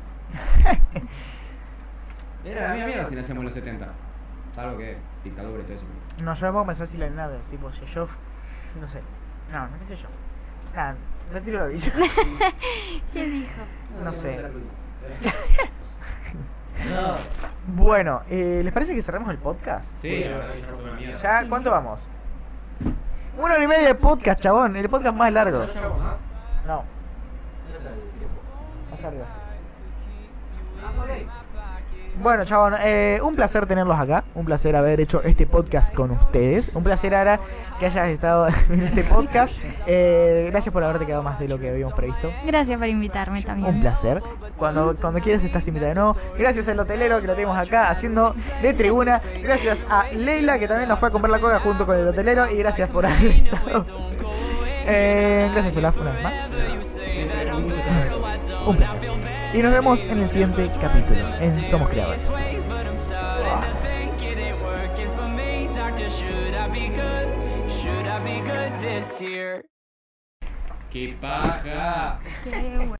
Era la misma mierda si nacíamos en los 70. Salvo que dictadura y todo eso. No, yo me pongo a pensar si la nena, así, pues si yo. No sé. No, no qué sé yo. Ah, Nada, retiro lo dicho. ¿Qué dijo? No sé. No. Bueno, eh, ¿les parece que cerremos el podcast? Sí, la verdad que ya fue una mierda. ¿Ya cuánto vamos? Una hora y media de podcast, chabón. El podcast más largo. No. Más arriba. Bueno, chabón, eh, un placer tenerlos acá. Un placer haber hecho este podcast con ustedes. Un placer, Ara, que hayas estado en este podcast. Eh, gracias por haberte quedado más de lo que habíamos previsto. Gracias por invitarme Un también. placer. Cuando, cuando quieras estás invitada de nuevo. Gracias al hotelero que lo tenemos acá haciendo de tribuna. Gracias a Leila que también nos fue a comprar la coca junto con el hotelero. Y gracias por haber estado. Eh, gracias Olaf una vez más. Un placer. Y nos vemos en el siguiente capítulo en Somos Creadores. ways, but I'm stuck and I think it ain't working for me. Doctor, should I be good? Should I be good this year? ¡Qué paja! Qué bueno.